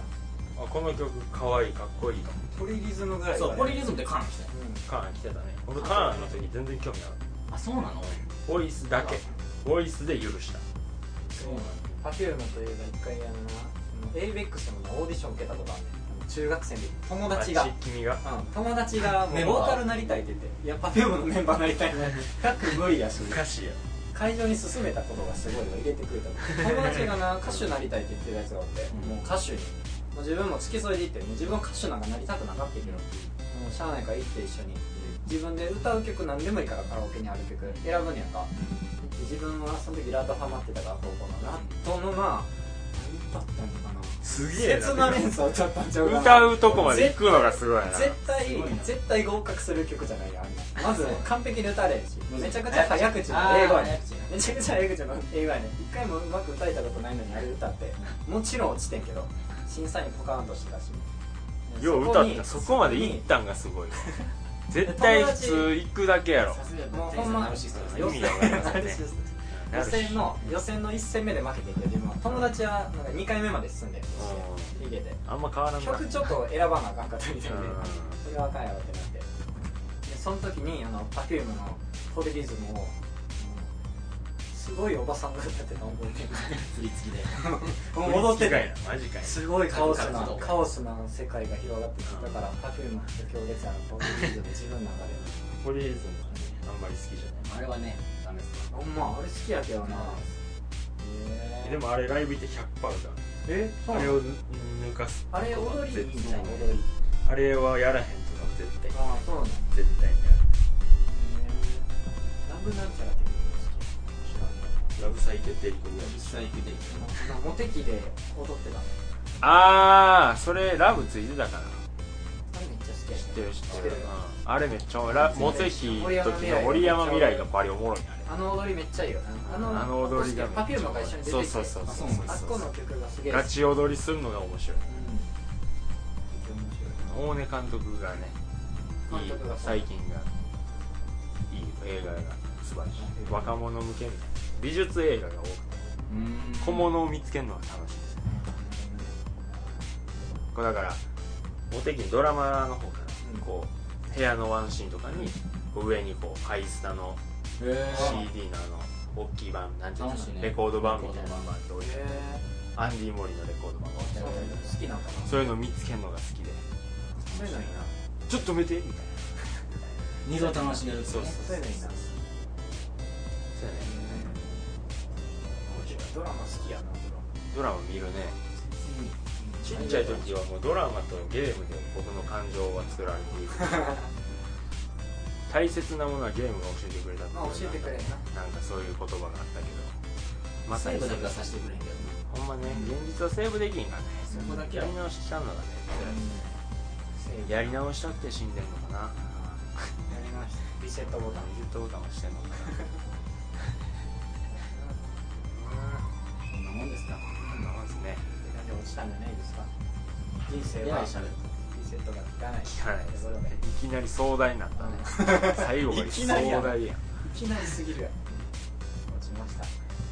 Speaker 3: この曲かわいいかっこいいかも
Speaker 4: ポリリズムぐらい
Speaker 2: そうポリリズ
Speaker 4: ム
Speaker 2: ムでカンして
Speaker 3: カーン来てたね俺カーンの時全然興味なかった
Speaker 2: あそうなの
Speaker 3: ボイスだけボイスで許した
Speaker 2: そう
Speaker 4: パフュームというか一回あのなその ABEX のなオーディション受けたことあるねん中学生で友達が
Speaker 3: あっち君が
Speaker 4: うん友達がも
Speaker 2: メ
Speaker 4: う
Speaker 2: ンバー
Speaker 4: ボーカルなりたいって言っていや Perfume のメンバーなり たいな各無理やし
Speaker 3: 歌詞や
Speaker 4: 会場に進めたことがすごいわ入れてくれたの友達がな歌手なりたいって言ってるやつがおって
Speaker 2: うん
Speaker 4: もう歌手にもう自分も付き添いで行ってもう自分は歌手なんかなりたくなかったけどもうしゃあないから行って一緒に自分で歌う曲何でもいいからカラオケにある曲選ぶんやんかで自分はその時ラットハマってたから高校のラットのな何歌ったのかな
Speaker 3: すげえ
Speaker 4: 切な
Speaker 3: な
Speaker 4: 連想ちょっとちゃうかな
Speaker 3: 歌うとこまで行くのがすごいな
Speaker 4: 絶対
Speaker 2: すごいな
Speaker 4: 絶対合格する曲じゃないよあんなまず完璧に歌れへんしめちゃくちゃ早口
Speaker 2: あ
Speaker 4: の
Speaker 2: ー
Speaker 4: 英語や
Speaker 2: 早
Speaker 4: ね
Speaker 2: 口
Speaker 4: めちゃくちゃ早口の英語やね一回もうまく歌えたことないのにあれ歌ってもちろん落ちてんけど審査員ポカーンとしてたし
Speaker 3: よう歌ったそ
Speaker 4: そこに
Speaker 3: こまで行ったんがすごいわ絶対普通行くだけやろ
Speaker 2: さすが
Speaker 4: もう
Speaker 2: 店員
Speaker 4: ほん
Speaker 2: さ
Speaker 4: ま
Speaker 2: ナルシストです
Speaker 3: 意
Speaker 2: よ
Speaker 3: 味わかりませんね
Speaker 4: 予選の予選の1戦目で負けていて自分は友達はなんか2回目まで進んでる逃げて
Speaker 3: あんま変わらんない
Speaker 4: 曲ちょっと選ばなあかんかったみたい
Speaker 3: う
Speaker 4: で
Speaker 3: ん
Speaker 4: それはあかんやろってなってでその時にあの Perfume の「ポリリズムを」すすごいおばさんが歌ってたの覚
Speaker 5: 振り付きで
Speaker 4: えてる戻って
Speaker 3: か
Speaker 4: ない
Speaker 3: いなマジかい
Speaker 4: すごいカオスな
Speaker 2: 角度
Speaker 4: カオスな世界が広がってきただから Perfume と強烈なポーズリードで自分の中で
Speaker 3: ポリーズムはねあんまり好きじゃない
Speaker 2: あれはねダメです
Speaker 4: ほんまあれ好きやけどな
Speaker 3: えでもあれライブ行って100%歌う
Speaker 4: えそう
Speaker 3: あ
Speaker 4: な
Speaker 3: れ
Speaker 4: の
Speaker 3: を抜かす
Speaker 4: あれ踊りいいんじゃ
Speaker 3: 絶
Speaker 4: ん
Speaker 3: 対
Speaker 4: 踊り
Speaker 3: あれはやらへんとか絶対
Speaker 4: ああそうなんだ
Speaker 3: 絶対にやる
Speaker 4: ラブなんちゃらっていうの
Speaker 3: ラブサイケデリコぐらいでしょ
Speaker 2: 最悪で
Speaker 4: が好きなんかモテ期で踊ってたの
Speaker 3: ああそれラブついてたから
Speaker 4: あれめっちゃ好きや
Speaker 3: 知
Speaker 4: ね
Speaker 3: ってる知って
Speaker 4: て
Speaker 3: る
Speaker 4: る、
Speaker 3: うん、あれめっちゃラモテヒの時の森山未来がバリおもろいねあれ
Speaker 4: あの踊りめっちゃいいよなあの
Speaker 3: あの踊りが
Speaker 4: パフュームが一緒に出てきて
Speaker 3: そうそうそう
Speaker 2: そう
Speaker 4: ああっこの曲がすげえ
Speaker 3: ガチ踊りするのが面白い
Speaker 4: うん面
Speaker 3: 大根監督がねいい
Speaker 4: 監督が
Speaker 3: 最近がいい映画が素晴らしい若者向けみたいな美術映画が多くて小物を見つけるのが楽しいですねこれだからモテキのドラマの方から
Speaker 4: うん
Speaker 3: こう部屋のワンシーンとかにこう上にこうカイスタの
Speaker 2: え
Speaker 3: CD のあの大きい版なんていうんですか、
Speaker 2: 楽しいね
Speaker 3: レコード版みたいなのがあって置い
Speaker 4: 白い
Speaker 3: てあるア
Speaker 4: へ
Speaker 3: ンディ・モリのレコード版が置い
Speaker 4: え
Speaker 3: てあ
Speaker 4: そう
Speaker 3: る
Speaker 4: 好きなんかな
Speaker 3: そういうの見つけるのが好きで
Speaker 4: そういうのいいな
Speaker 3: ちょっと止めてみたいな
Speaker 2: 二度楽しめる
Speaker 3: そう
Speaker 4: そういうのいい
Speaker 3: そ
Speaker 4: な
Speaker 3: うやね面白い
Speaker 4: ドラマ好きやな
Speaker 3: ドラマ見るねちっちゃい時はもうドラマとゲームで僕の感情は作られている大切なものはゲームが教えてくれたっていう
Speaker 4: まあ教えてくれんな
Speaker 3: なんかそういう言葉があったけどまさ
Speaker 2: 最
Speaker 3: に
Speaker 2: 後
Speaker 3: そ
Speaker 2: だ
Speaker 3: れ
Speaker 2: けはさせてくれへんけどな
Speaker 3: ほんまね現実はセーブできんがね
Speaker 2: そこだけ
Speaker 3: や
Speaker 2: は
Speaker 3: り直しちゃうのがね辛いやり直したくて死んでるのかな
Speaker 4: やりましたリセットボタン
Speaker 3: リセットボタン押してんのかな
Speaker 2: こんなもんですか
Speaker 3: うんなんですね
Speaker 4: って感じで落ちたんじゃないですか人
Speaker 2: え
Speaker 4: 生
Speaker 2: ら
Speaker 4: はい
Speaker 2: しゃべる
Speaker 4: リセットが効かない
Speaker 3: 聞かないです
Speaker 4: ということで
Speaker 3: いきなり壮大になったね最後が壮
Speaker 4: いきなりやん
Speaker 3: 大やん
Speaker 4: いきなりすぎるやん落ちました、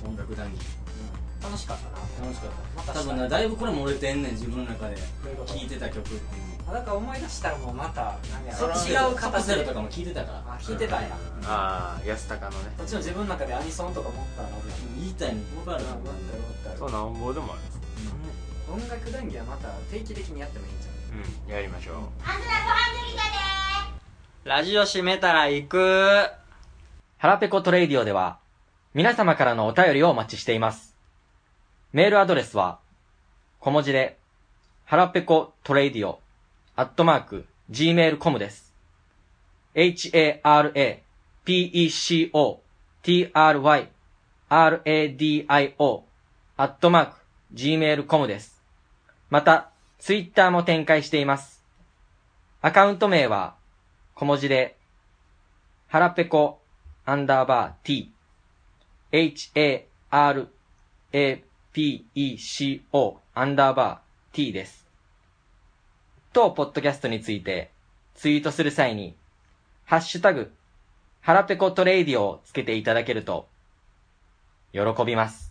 Speaker 2: 音楽談義
Speaker 4: うん、楽しかったな
Speaker 2: 楽しか
Speaker 4: ま
Speaker 2: った
Speaker 4: た
Speaker 2: 多分なだいぶこれ漏れてんねん自分の中で
Speaker 4: どういうこと
Speaker 2: 聴いてた曲っていう
Speaker 4: あなんか思い出したらもうまた何やろ
Speaker 2: の
Speaker 4: 違う
Speaker 2: カプ
Speaker 4: 形
Speaker 2: セル
Speaker 4: で
Speaker 2: とかも聴いてたから
Speaker 4: あ聞いてたんや
Speaker 3: ああ安高のね
Speaker 4: もちろん自分の中でアニソンとか持ったら俺
Speaker 2: 言いたいのいっぱいある
Speaker 4: あ持ったろ持った
Speaker 3: そうなんぼでもあるんです
Speaker 4: ろ音楽談義はまた定期的にやってもいいんじゃん
Speaker 3: うんやりましょう
Speaker 5: ラジオ閉めたら行く。腹ペコトレイディオでは、皆様からのお便りをお待ちしています。メールアドレスは、小文字で、腹ペコトレイディオ、アットマーク、gmail.com です。h-a-r-a-p-e-c-o-t-r-y-r-a-d-i-o、アットマーク、gmail.com です。また、ツイッターも展開しています。アカウント名は、小文字で、はらぺこ、アンダーバー t、h-a-r-a-p-e-c-o、アンダーバー t です。当ポッドキャストについて、ツイートする際に、ハッシュタグ、はらぺこトレイディオをつけていただけると、喜びます。